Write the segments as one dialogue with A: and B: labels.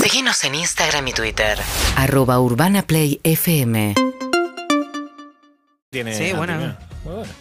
A: Seguinos en Instagram y Twitter.
B: Arroba Urbana Play FM.
C: Tiene
D: Sí, bueno.
C: Antonio. Muy bueno.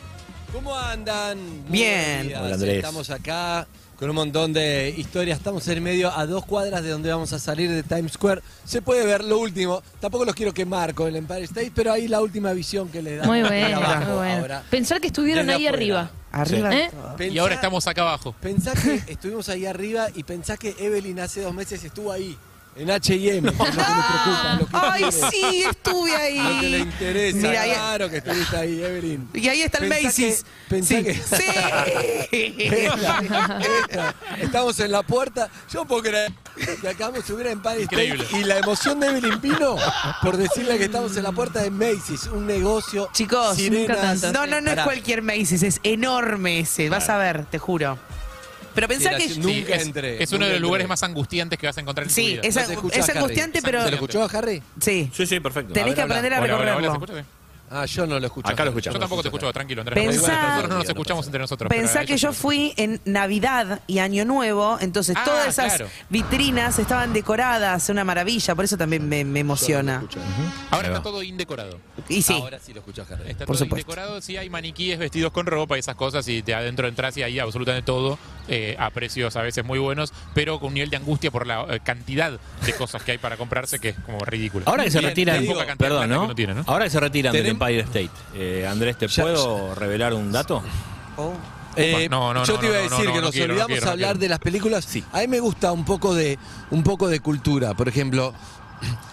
E: ¿Cómo andan? Muy
D: Bien.
E: buenos días.
C: Hola, Andrés.
E: Estamos acá con un montón de historias. Estamos en medio a dos cuadras de donde vamos a salir de Times Square. Se puede ver lo último. Tampoco los quiero quemar con el Empire State, pero ahí la última visión que les dan.
F: Muy
E: Desde
F: bueno,
E: abajo
F: muy bueno.
E: ahora.
F: Pensar que estuvieron
E: Desde
F: ahí
E: afuera.
F: arriba.
D: Arriba
F: Sí.
D: de
F: ¿Eh?
D: todo.
G: Y ahora estamos acá abajo.
E: Pensá que estuvimos ahí arriba y pensá que Evelyn hace dos meses estuvo ahí, en H&M. que es lo que le preocupa, lo que
D: Ay,
E: quiere,
D: sí, estuve
E: Lo que le
D: ahí.
E: interesa.
D: Mira, ahí-
E: claro que estuviste ahí, Evelyn.
D: Y ahí está el
E: Pensá
D: Macy's.
E: que- pensá
D: sí.
E: que-
D: Sí.
E: Esta, esta. Estamos en la puerta. Yo no puedo creer que acabamos de subir en Empire State
G: Increíble.
E: y la emoción de Evelyn vino por decirle que estamos en la puerta de Macy's, un negocio.
D: Chicos,
E: sirenas.
F: nunca tanto.
D: No, no, no es
E: Pará.
D: cualquier Macy's, es enorme ese. Vas a ver, te juro. Pero pensá
E: Sí,
D: que.
E: la-
D: Sí,
E: Nunca
G: es,
E: entré,
G: es uno
E: nunca
G: de los lugares
E: entré.
G: más angustiantes que vas a encontrar en tu vida.
D: es,
E: No te escuchás,
D: es angustiante,
E: Harry.
D: pero.
E: ¿Se lo escuchó a Harry?
D: Sí.
C: Sí, sí, perfecto.
D: Tenés
C: A ver,
D: que
E: hola.
D: aprender a
G: Hola, hola, hola, ¿se
D: recorrerlo.
G: escucha?
E: Ah, yo no lo escuché.
C: Acá lo escuchamos.
G: Yo tampoco te escucho, tranquilo, Andrés.
D: Pensá-
G: Igual, nosotros no nos escuchamos entre nosotros. pero a
D: Pensá
G: ellos
D: que yo
G: ¿eh? sí.
D: fui en Navidad y Año Nuevo, entonces
G: Ah,
D: todas esas
G: claro.
D: vitrinas estaban decoradas, una maravilla, por eso también me, me emociona.
G: Ahora está todo indecorado.
D: Y sí,
E: Ahora sí lo escuchó a Harry.
G: Está
D: Por
G: todo
D: supuesto.
G: indecorado, sí hay maniquíes vestidos con ropa y esas cosas, y de adentro entras y hay absolutamente todo, eh, a precios a veces muy buenos, pero con un nivel de angustia por la eh, cantidad de cosas que hay para comprarse, que es como ridículo.
C: Ahora que se
E: Bien,
C: retiran,
E: te digo-
C: perdón, ¿no?
G: Que no tiene,
H: Ah,
G: ¿no?
C: Ahora que se retiran del
E: Tenemos-
C: Empire State, eh, Andrés, ¿te
E: Ya-
C: puedo revelar un dato?
E: Eh,
G: No, no,
E: yo
G: no,
E: te iba a
G: no, no,
E: decir
G: no,
E: que
G: no
E: nos
G: quiero, no
E: olvidamos
G: quiero, no
E: hablar
G: quiero.
E: de las películas. A mí me gusta un poco de un poco de cultura. Por ejemplo,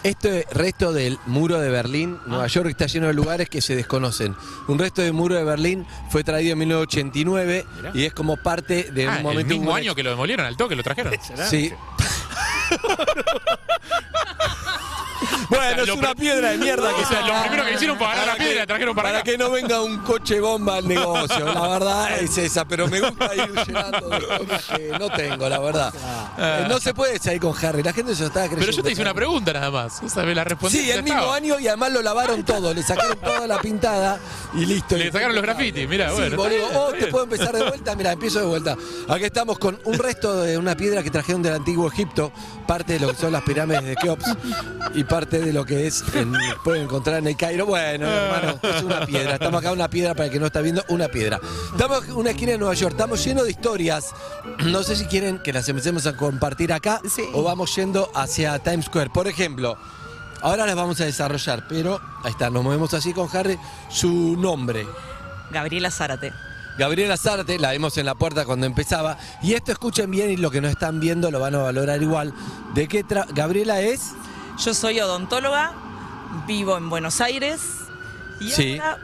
E: este resto del muro de Berlín,
G: Ah.
E: Nueva York está lleno de lugares que se desconocen. Un resto del muro de Berlín fue traído en 1989
C: Mirá.
E: y es como parte de
G: Ah,
E: un
G: el
E: momento.
G: mismo
E: un-
G: año que lo demolieron, al toque lo trajeron.
E: Sí. bueno, es
G: Lo
E: una
G: pr-
E: piedra de mierda que
G: O sea,
E: se
G: lo primero que hicieron fue agarrar la piedra y la trajeron para
E: para
G: acá.
E: que no venga un coche bomba al negocio, la verdad es esa, pero me gusta ir llenando de cosas que Eh, no tengo, la verdad. Eh, No se puede salir con Harry, la gente se lo estaba creyendo.
G: Ah. Pero yo te hice una pregunta nada más. O sea, me la respondí.
E: Sí,
G: ya
E: el mismo
G: estaba.
E: año y además lo lavaron todo, le sacaron toda la pintada y listo.
G: Le sacaron los grafitis, mirá,
E: Sí,
G: bueno.
E: boludo.
G: está bien,
E: Oh,
G: está
E: te
G: bien.
E: puedo empezar de vuelta. Mira, empiezo de vuelta. Aquí estamos con un resto de una piedra que trajeron del antiguo Egipto, parte de lo que son las pirámides de Keops y parte de lo que es, en- pueden encontrar en el Cairo. Bueno, hermano, es una piedra. Estamos acá, una piedra para el que no está viendo, una piedra. Estamos en una esquina de Nueva York, estamos llenos de historias. No sé si quieren que las empecemos a compartir acá
D: Sí.
E: o vamos yendo hacia Times Square. Por ejemplo. Ahora las vamos a desarrollar, pero ahí está, nos movemos así con Harry. Su nombre,
I: Gabriela Zárate.
E: Gabriela Zarte, la vimos en la puerta cuando empezaba. Y esto escuchen bien y lo que no están viendo lo van a valorar igual. ¿De qué tra- Gabriela es?
I: Yo soy odontóloga, vivo en Buenos Aires y
E: Sí.
I: ahora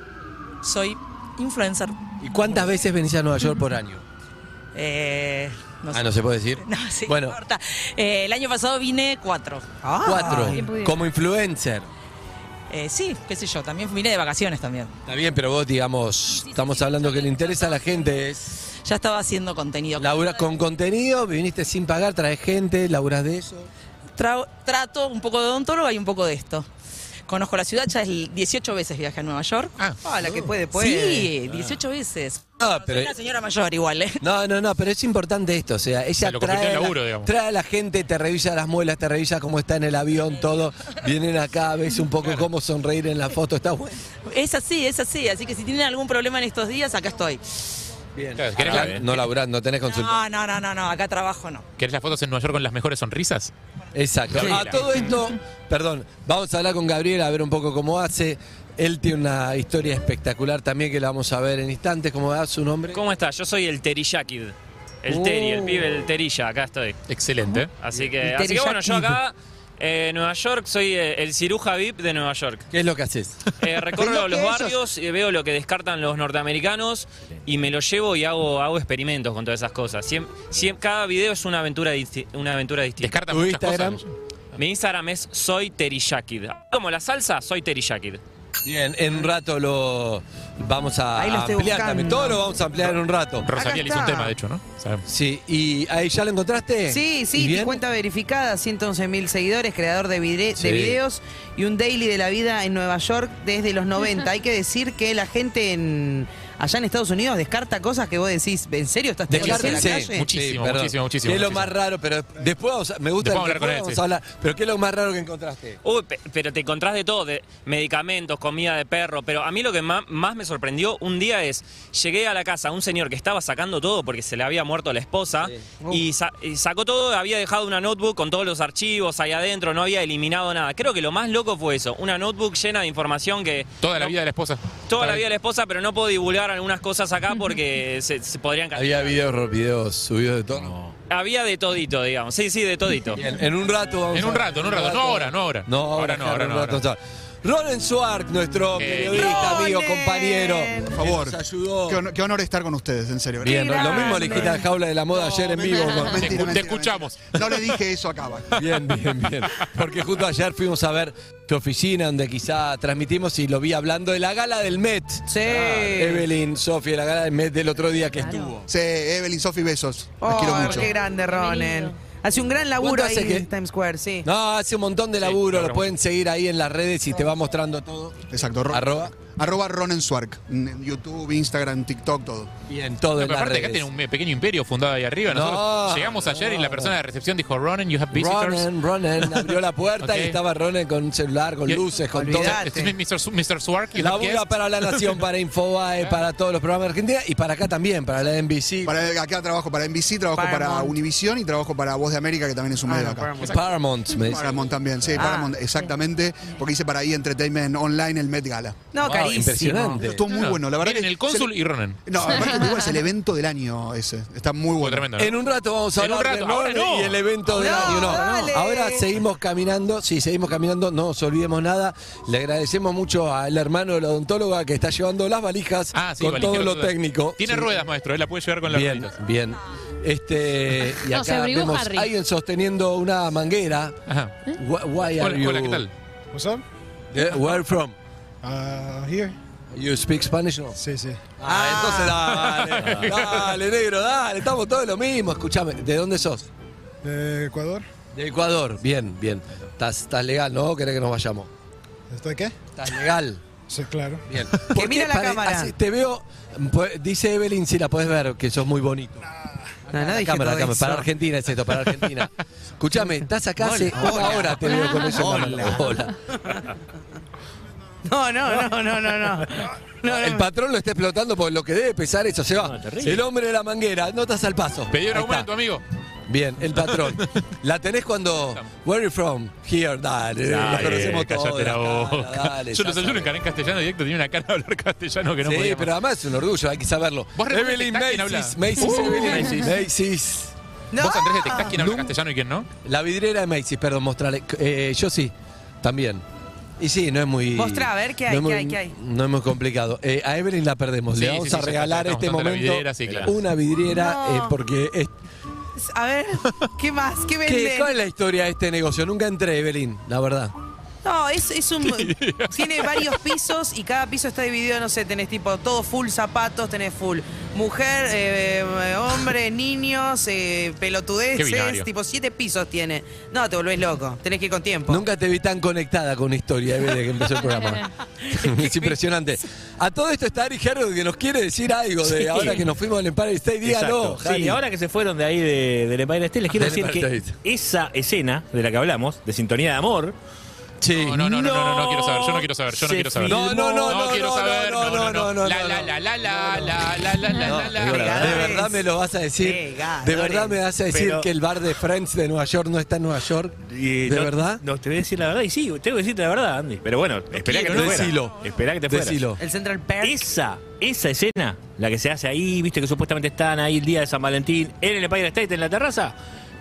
I: soy influencer.
E: ¿Y cuántas veces venís a Nueva York por año?
I: Eh, no
E: Ah,
I: sé.
E: no se puede decir.
I: No, sí,
E: Bueno.
I: no importa. Eh, el año pasado vine cuatro.
D: Ah.
E: Cuatro.
F: ¿quién pudiera?
E: Como influencer.
I: Eh, sí, qué sé yo, también vine de vacaciones también.
E: Está bien, pero vos, digamos, estamos hablando que le interesa a la gente es.
I: Ya estaba haciendo contenido.
E: Laura con contenido, viniste sin pagar, traes gente, laburas de eso.
I: Tra- trato un poco de odontóloga y un poco de esto. Conozco la ciudad, ya es 18 veces viaje a Nueva York.
G: Ah,
D: Ah, la que puede, puede.
I: Sí, 18 veces.
E: Ah,
I: Soy
E: pero-
I: una señora mayor igual, ¿eh?
E: No, no, no, pero es importante esto, o sea, ella
G: Se lo convirtió
E: trae,
G: en
E: a la-
G: laburo, digamos.
E: trae a la gente, te revisa las muelas, te revisa cómo está en el avión, todo, vienen acá, ves un poco cómo sonreír en la foto, está bueno.
I: Es así, es así. Así que si tienen algún problema en estos días, acá estoy.
E: Bien.
G: Claro, ¿querés
E: Acá
G: la-
E: Ah, no laburás, no tenés consulta.
I: No, no, no, no, no, acá trabajo no.
G: ¿querés las fotos en Nueva York con las mejores sonrisas?
E: Exacto.
G: Sí.
E: A todo esto, perdón, vamos a hablar con Gabriela a ver un poco cómo hace. Él tiene una historia espectacular también que la vamos a ver en instantes, ¿cómo da su nombre?
J: ¿Cómo estás? Yo soy el Teriyakid. El Teri, el pibe del Terilla, acá estoy.
G: Uh. Excelente.
J: Así que, así que bueno, yo acá eh, en Nueva York soy eh, el ciruja VIP de Nueva York.
E: ¿Qué es lo que haces?
J: Eh,
E: Pero
J: recorro
E: que
J: los
E: ellos-
J: barrios, eh, veo lo que descartan los norteamericanos y me lo llevo y hago, hago experimentos con todas esas cosas. Siem- siem- cada video es una aventura, disti- una aventura distinta.
G: Descarta
E: ¿Tu
G: muchas
E: Instagram?
G: cosas.
J: Mi Instagram es soy Teriyakid. Como la salsa, soy Teriyakid.
E: Bien, en un rato lo vamos a
D: Ahí lo estoy
E: ampliar también.
D: buscando.
E: Todo lo vamos a ampliar en un rato.
G: Rosalía
D: Acá
G: le hizo un
D: está.
G: tema, de hecho, ¿no? Sabemos.
E: Sí, ¿y ahí ya lo encontraste?
D: Sí,
E: ¿Y
D: sí,
E: bien?
D: tu cuenta verificada, 111 mil seguidores, creador de, vide-
E: Sí.
D: de videos y un daily de la vida en Nueva York desde los 90. Hay que decir que la gente en allá en Estados Unidos descarta cosas que vos decís, ¿en serio estás
E: Descarta,
D: teniendo en la
E: sí,
D: calle?
G: Muchísimo,
E: perdón.
G: muchísimo, muchísimo,
E: Que es lo
G: muchísimo.
E: más raro, pero después vamos a- me gusta el-
G: Después vamos a hablar con él,
E: vamos
G: sí.
E: a hablar. Pero ¿qué es lo más raro que encontraste?
J: Uy, pe- pero te encontrás de todo, de medicamentos, comida de perro, pero a mí lo que ma- más, me sorprendió un día es, llegué a la casa a un señor que estaba sacando todo porque se le había muerto la esposa y, sa- y sacó todo, había dejado una notebook con todos los archivos ahí adentro, no había eliminado nada. Creo que lo más loco fue eso, una notebook llena de información que...
G: Toda la
J: no-
G: vida de la esposa.
J: Toda la vida de la esposa, pero no puedo divulgar algunas cosas acá porque se, se podrían... ca-
E: Había videos, videos subidos de tono.
J: Había de todito, digamos. Sí, sí, de todito.
E: Bien, En un rato vamos
G: En un
E: a-
G: rato, en un rato. No ahora, no ahora.
E: No, ahora, no, ahora,
G: no, ahora.
E: Ronen Suárez, nuestro
G: Eh,
E: periodista, amigo,
D: Ronen.
E: compañero.
F: Por favor.
E: Nos ayudó.
F: Qué, hon- qué honor estar con ustedes, en serio.
E: Bien,
D: Qué
E: lo mismo
D: grande.
E: le dijiste a la jaula de la moda ayer en vivo.
F: Mentira,
E: con-
F: mentira,
G: Te escu-
F: mentira,
G: te escuchamos.
F: mentira. No le dije eso acá. va.
E: Bien, bien, bien. Porque justo ayer fuimos a ver tu oficina, donde quizá transmitimos y lo vi hablando de la gala del Met.
D: Sí.
E: Evelyn, Sofía, la gala del Met del otro día que estuvo.
F: Sí, Evelyn, Sofi, besos. Las
D: Oh,
F: quiero mucho.
D: qué grande Ronen. Hace un gran laburo
E: ¿Cuánto
D: ahí
E: hace que-
D: en Times Square, sí.
E: No, hace un montón de laburo, lo pueden seguir ahí en las redes y te va mostrando todo.
F: Exacto. Ro-
E: Arroba.
F: Arroba Ronen Suark. En YouTube, Instagram, TikTok, todo.
E: Bien, todo
G: No,
E: en
G: pero
E: las
G: aparte acá
E: redes.
G: tiene un pequeño imperio fundado ahí arriba. Nosotros
E: No,
G: llegamos ayer y
E: no.
G: la persona de recepción dijo, Ronan, you have visitors.
E: Ronen, Ronen, abrió la puerta
G: Ok.
E: y estaba Ronen con un celular, con
G: Y-
E: luces, con todo.
D: Olvidate.
G: Este es Mr. Su- Mr. Swark, you
E: La
G: have guests.
E: Labura para La Nación, para
G: ¿Eh?
E: Infobae, para todos los programas de Argentina y para acá también, para la NBC, para
F: Para, acá trabajo para NBC, trabajo para
D: Paramount.
F: Univision y trabajo para Voz de América, que también es un medio acá.
E: Paramount. me dice.
F: Paramount también, sí,
D: Ah.
F: Paramount, exactamente, porque hice para ahí Entertainment Online el Met Gala.
D: No,
E: Wow,
D: carísimo.
E: impresionante.
F: Estuvo muy
G: No,
F: bueno, la verdad.
G: vienen
F: que
G: el cónsul
F: se-
G: y Ronan.
F: No, aparte te digo, es el evento del año ese. Está muy
G: Fue
F: bueno.
G: tremendo. ¿no?
E: En un rato vamos a
G: En un
E: hablar
G: rato,
E: de
G: ahora
E: Nolan
G: no.
E: y el evento del
D: No,
E: año. No,
D: dale.
E: ahora seguimos caminando, sí, seguimos caminando, no nos olvidemos nada. Le agradecemos mucho al hermano de la odontóloga que está llevando las valijas
G: Ah, sí,
E: con
G: valijero,
E: todo lo
G: total.
E: técnico.
G: Tiene
E: Sí.
G: ruedas, maestro. Él la puede llevar con las
E: Bien,
G: rueditas.
E: bien. Este, y
K: No, se
E: acá
K: abrigó
E: vemos
K: Harry.
E: a alguien sosteniendo una manguera.
G: Ajá.
E: Wh- Why are
G: Hola,
E: you-
G: hola, ¿qué tal?
H: What's up?
E: Eh, Where from?
H: Uh, here.
E: You speak Spanish? No.
H: Sí, sí.
E: Ah, entonces dale, dale, negro, dale, estamos todos lo mismo. Escuchame, ¿de dónde sos?
F: Eh,
H: ¿De Ecuador?
E: De Ecuador, bien, bien. Estás, estás legal, ¿no? ¿Querés que nos vayamos?
H: ¿Estoy qué?
E: Estás legal.
H: Sí, claro.
E: Bien.
D: Que mira la cámara.
E: te veo, po- dice Evelyn, si la podés ver, que sos muy bonito.
H: Ah.
D: No, no
E: la
D: dije
E: cámara, la
D: todo
E: cámara.
D: eso.
E: Para Argentina es esto, para Argentina. Escuchame, estás acá hace
D: Hola.
E: una hora te veo con eso. en la mano. Hola.
D: No, no, no, no, no, no. No,
E: El
D: no.
E: patrón lo está explotando porque lo que debe pesar eso se va.
C: No, terrible.
E: el hombre de la manguera, no estás al paso.
G: Pedí un
E: Ahí está.
G: aumento, amigo.
E: Bien, el patrón. La tenés cuando. Where you from? Here, dale.
G: Dale,
E: la conocemos
G: cállate
E: todos.
G: la
E: cara,
G: boca.
E: dale,
G: yo
E: ya
G: los ayudo
E: sabés.
G: encaré en castellano directo, tenía una cara de hablar castellano que no
E: sí,
G: podía.
E: pero además es un orgullo, hay que saberlo.
G: ¿Vos realmente
E: Evelyn
G: detectás quién
E: Macy's. Macy's,
G: habla? Uh,
E: Evelyn
G: Macy's.
E: Macy's.
D: No.
G: Vos, Andrés, detectás quién habla
E: Lum-
G: castellano y quién no.
E: La vidriera de Macy's, perdón, mostrale. Eh, yo sí, también. Y sí, no es muy.
D: Mostrá, a ver, ¿qué hay,
E: no es
D: qué
E: muy-
D: hay, qué hay?
E: No es muy complicado. Eh, a Evelyn la perdemos.
G: Sí,
E: Le
G: sí,
E: vamos
G: sí,
E: a
G: ya está,
E: regalar
G: ya está,
E: este
G: mostrando la
E: momento
G: vidriera, sí, claro.
E: una vidriera
D: No.
E: eh, porque. es-
D: A ver, ¿qué más? ¿Qué
E: ¿Qué-
D: vende?
E: ¿Cuál es la historia de este negocio? Nunca entré, Evelyn, la verdad.
D: No, es, es un. tiene varios pisos y cada piso está dividido, no sé, tenés tipo todo full zapatos, tenés full mujer, eh, hombre, niños, eh,
G: Qué binario.
D: pelotudeces, tipo siete pisos tiene. No, te volvés loco, tenés que ir con tiempo.
E: Nunca te vi tan conectada con una historia eh, desde que empezó el programa. es impresionante. A todo esto está Ari Herod que nos quiere decir algo de
C: Sí.
E: ahora que nos fuimos al Empire State. Dígalo,
H: Exacto.
E: Harry.
H: Sí, ahora que se fueron de ahí de- del Empire State, les quiero
E: Del
H: decir
E: Empire
H: que
E: State.
H: esa escena de la que hablamos, de Sintonía de Amor,
E: Sí.
G: No, no, no, no, no, no, no quiero saber, yo no quiero saber, yo no
H: Se
G: quiero saber.
E: No, no, no, no,
G: quiero
E: no,
G: saber.
E: no, no, no, no,
G: La,
E: no,
G: la,
E: no.
G: la, la, la, la, la, la, la, la,
E: de verdad, de
D: Pegadores.
E: verdad me lo vas a decir. De
D: Pegadores.
E: verdad me vas a decir
H: Pero-
E: que el bar de Friends de Nueva York no está en Nueva York. ¿De
H: Y Eh, no-
E: verdad?
H: No, te voy a decir la verdad. Y sí, tengo que decirte la verdad, Andy. Pero bueno, esperá que te
E: quiero,
H: fueras.
E: decilo.
H: Esperá que te fueras.
E: Decilo.
D: El Central Perk.
H: Esa, esa escena, la que se hace ahí, viste que supuestamente están ahí el día de San Valentín, en el Empire State, en la terraza,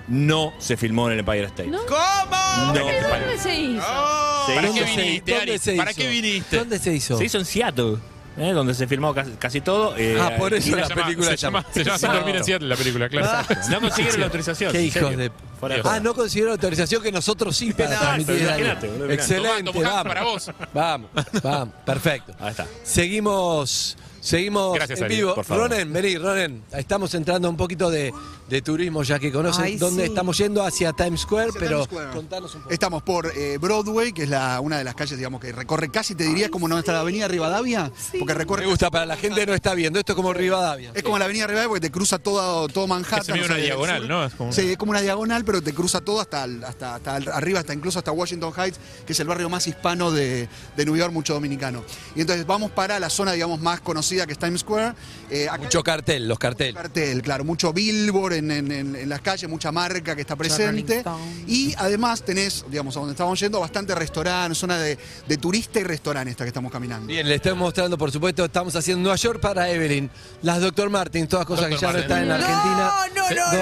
H: no se filmó en el Empire State.
K: No.
D: ¿Cómo?
H: No.
K: ¿Pero dónde se hizo?
E: Oh.
H: Se
G: ¿Para
H: hizo-
G: qué
E: se-
G: viniste,
E: dónde
G: Ari?
E: se
G: ¿Para
E: hizo?
G: qué viniste?
E: ¿Dónde se hizo?
H: se hizo en Seattle, ¿eh? donde se filmó casi, casi todo. eh,
E: Ah, por eso
G: Se
E: la
G: llama-
E: película
G: se llama. Se llama Sin
H: Exacto.
G: dormir en Seattle la película,
E: Ah,
G: claro.
H: No consiguieron la autorización.
E: Qué
H: en
E: hijos
H: serio.
E: de-
H: Fuera de
E: Ah,
H: joda.
E: no consiguieron autorización que nosotros sí para
H: Exacto,
E: transmitir. algo.
H: imagínate, boludo, mirá.
E: Excelente,
G: Tomá, tomá,
E: vamos.
G: para vos.
E: Vamos, vamos, perfecto.
H: Ahí está.
E: Seguimos Seguimos
G: Gracias,
E: en
G: Ari,
E: vivo.
G: por favor.
E: Ronen, vení, Ronen. Estamos entrando un poquito de, de turismo, ya que conoces
D: Ay,
E: dónde
D: sí.
E: estamos yendo, hacia Times Square,
F: Hacia Times
E: pero
F: Square.
E: contanos un poco.
F: Estamos por eh, Broadway, que es la, una de las calles, digamos, que recorre casi, te diría, como nuestra avenida Rivadavia, porque recorre...
E: Me gusta, para la gente que no está viendo, esto es como Rivadavia.
F: Es como la avenida Rivadavia porque te cruza todo, todo Manhattan.
G: Es
F: o
G: medio una
F: sea, desde el
G: diagonal,
F: sur.
G: ¿no? Es como-
F: Sí, es como una diagonal, pero te cruza todo hasta, el- hasta, hasta el- arriba, hasta incluso hasta Washington Heights, que es el barrio más hispano de, de Nueva York, mucho dominicano. Y entonces vamos para la zona, digamos, más conocida que es Times Square. Eh, acá-
E: Mucho cartel, los carteles.
F: cartel, claro, mucho billboard en, en- en- en las calles, mucha marca que está presente.
I: Rolling Stone.
F: Y además tenés, digamos, a donde estábamos yendo, bastante restaurante, zona de, de turista y restaurante esta que estamos caminando.
E: Bien, le estamos mostrando, por supuesto, estamos haciendo Nueva York para Evelyn. Las Dr. Martins, todas cosas
G: Dr.
E: que ya no
G: Martens.
E: están en la
D: No,
E: Argentina.
D: no, no, no.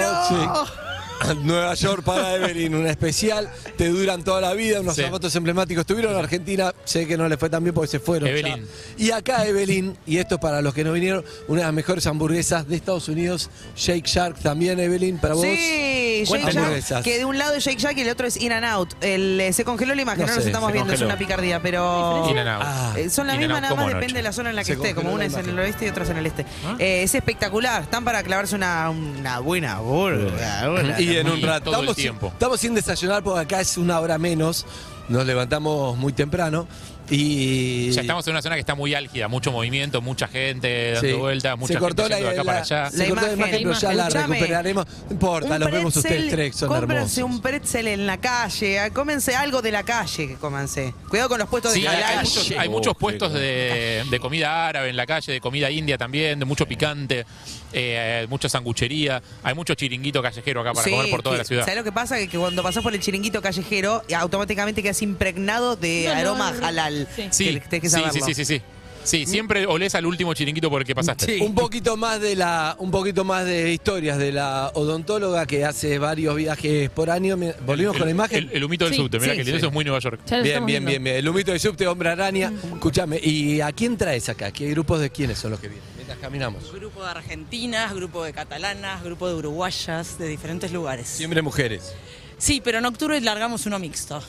E: Eh, Sí. Ah, Nueva York para Evelyn, una especial, te duran toda la vida, unos
G: Sí.
E: zapatos emblemáticos. Tuvieron en Argentina, sé que no les fue tan bien porque se fueron. ya.
G: Evelyn.
E: Y acá Evelyn, y esto es para los que no vinieron, una de las mejores hamburguesas de Estados Unidos, Shake Shark también, Evelyn, para vos.
D: Sí, Shake
E: ¿Cuántas
D: Shack,
E: hamburguesas?
D: que de un lado es Shake Shack y el otro es In and Out. El, eh, se congeló la imagen,
E: No
D: no, nos
E: sé,
D: estamos
E: se
D: viendo, es
G: congeló.
D: una picardía, pero...
G: In and out.
E: Ah.
D: Eh, Son las
G: In and
D: mismas, nada
G: out
D: más
G: como ¿Ah?
D: depende
G: noche.
D: de la zona en la que
E: Se
D: esté, como
E: congeló
D: una
E: la
D: es en el
E: imagen.
D: oeste y otra es en el este. Eh, es espectacular, están para clavarse una, una buena burga. hola.
E: Y en un
G: Y
E: rato.
G: todo el
E: Estamos, sin-
G: tiempo.
E: estamos sin desayunar porque acá es una hora menos. Nos levantamos muy temprano. Y.
G: Ya estamos en una zona que está muy álgida, mucho movimiento, mucha gente dando
E: Sí.
G: vueltas, mucha
E: se cortó la,
G: gente yendo de acá
E: la-
G: para allá.
E: Se
D: La
E: cortó la
D: imagen,
E: imagen,
D: la
E: pero ya la
D: imagen.
E: recuperaremos. No importa,
D: Un
E: los vemos
D: pretzel,
E: ustedes tres, son hermosos.
D: cómprense un pretzel en la calle, ah, cómense algo de la calle, que cómanse. Cuidado con los puestos
G: Sí,
D: de
G: hay, hay
D: calle.
G: muchos, hay
H: Oh,
G: muchos
H: qué
G: puestos
H: cosa.
G: de, de comida árabe en la calle, de comida india también, de mucho picante, eh, mucha sanguchería, hay mucho chiringuito callejero acá Ah, para
D: Sí,
G: comer por toda
D: que-
G: la ciudad.
D: ¿Sabes lo que pasa? Que, que cuando pasás por el chiringuito callejero, y automáticamente quedas impregnado de
I: No, no,
D: aroma
I: no, no.
D: halal.
I: Sí.
G: Sí,
D: Que tenés que
G: sí,
D: saberlo.
G: sí, sí, sí, sí. Sí, siempre olés al último chiringuito por el que pasaste.
D: Sí.
E: Un poquito más de la, un poquito más de historias de la odontóloga que hace varios viajes por año. Mi- Volvimos
G: El-
E: con la imagen.
G: El, el humito del
I: Sí,
G: subte, mira
I: sí,
G: que
I: sí.
G: lindo, eso es muy Nueva York.
K: Ya lo
E: bien,
K: estamos
E: bien,
K: viendo.
E: bien, bien. El humito de subte, hombre araña. Escúchame, ¿y a quién traes acá? ¿Qué grupos de quiénes son los que vienen? Mientras caminamos.
I: Grupo de argentinas, grupo de catalanas, grupo de uruguayas, de diferentes lugares.
E: Siempre mujeres.
I: Sí, pero en octubre largamos uno mixto.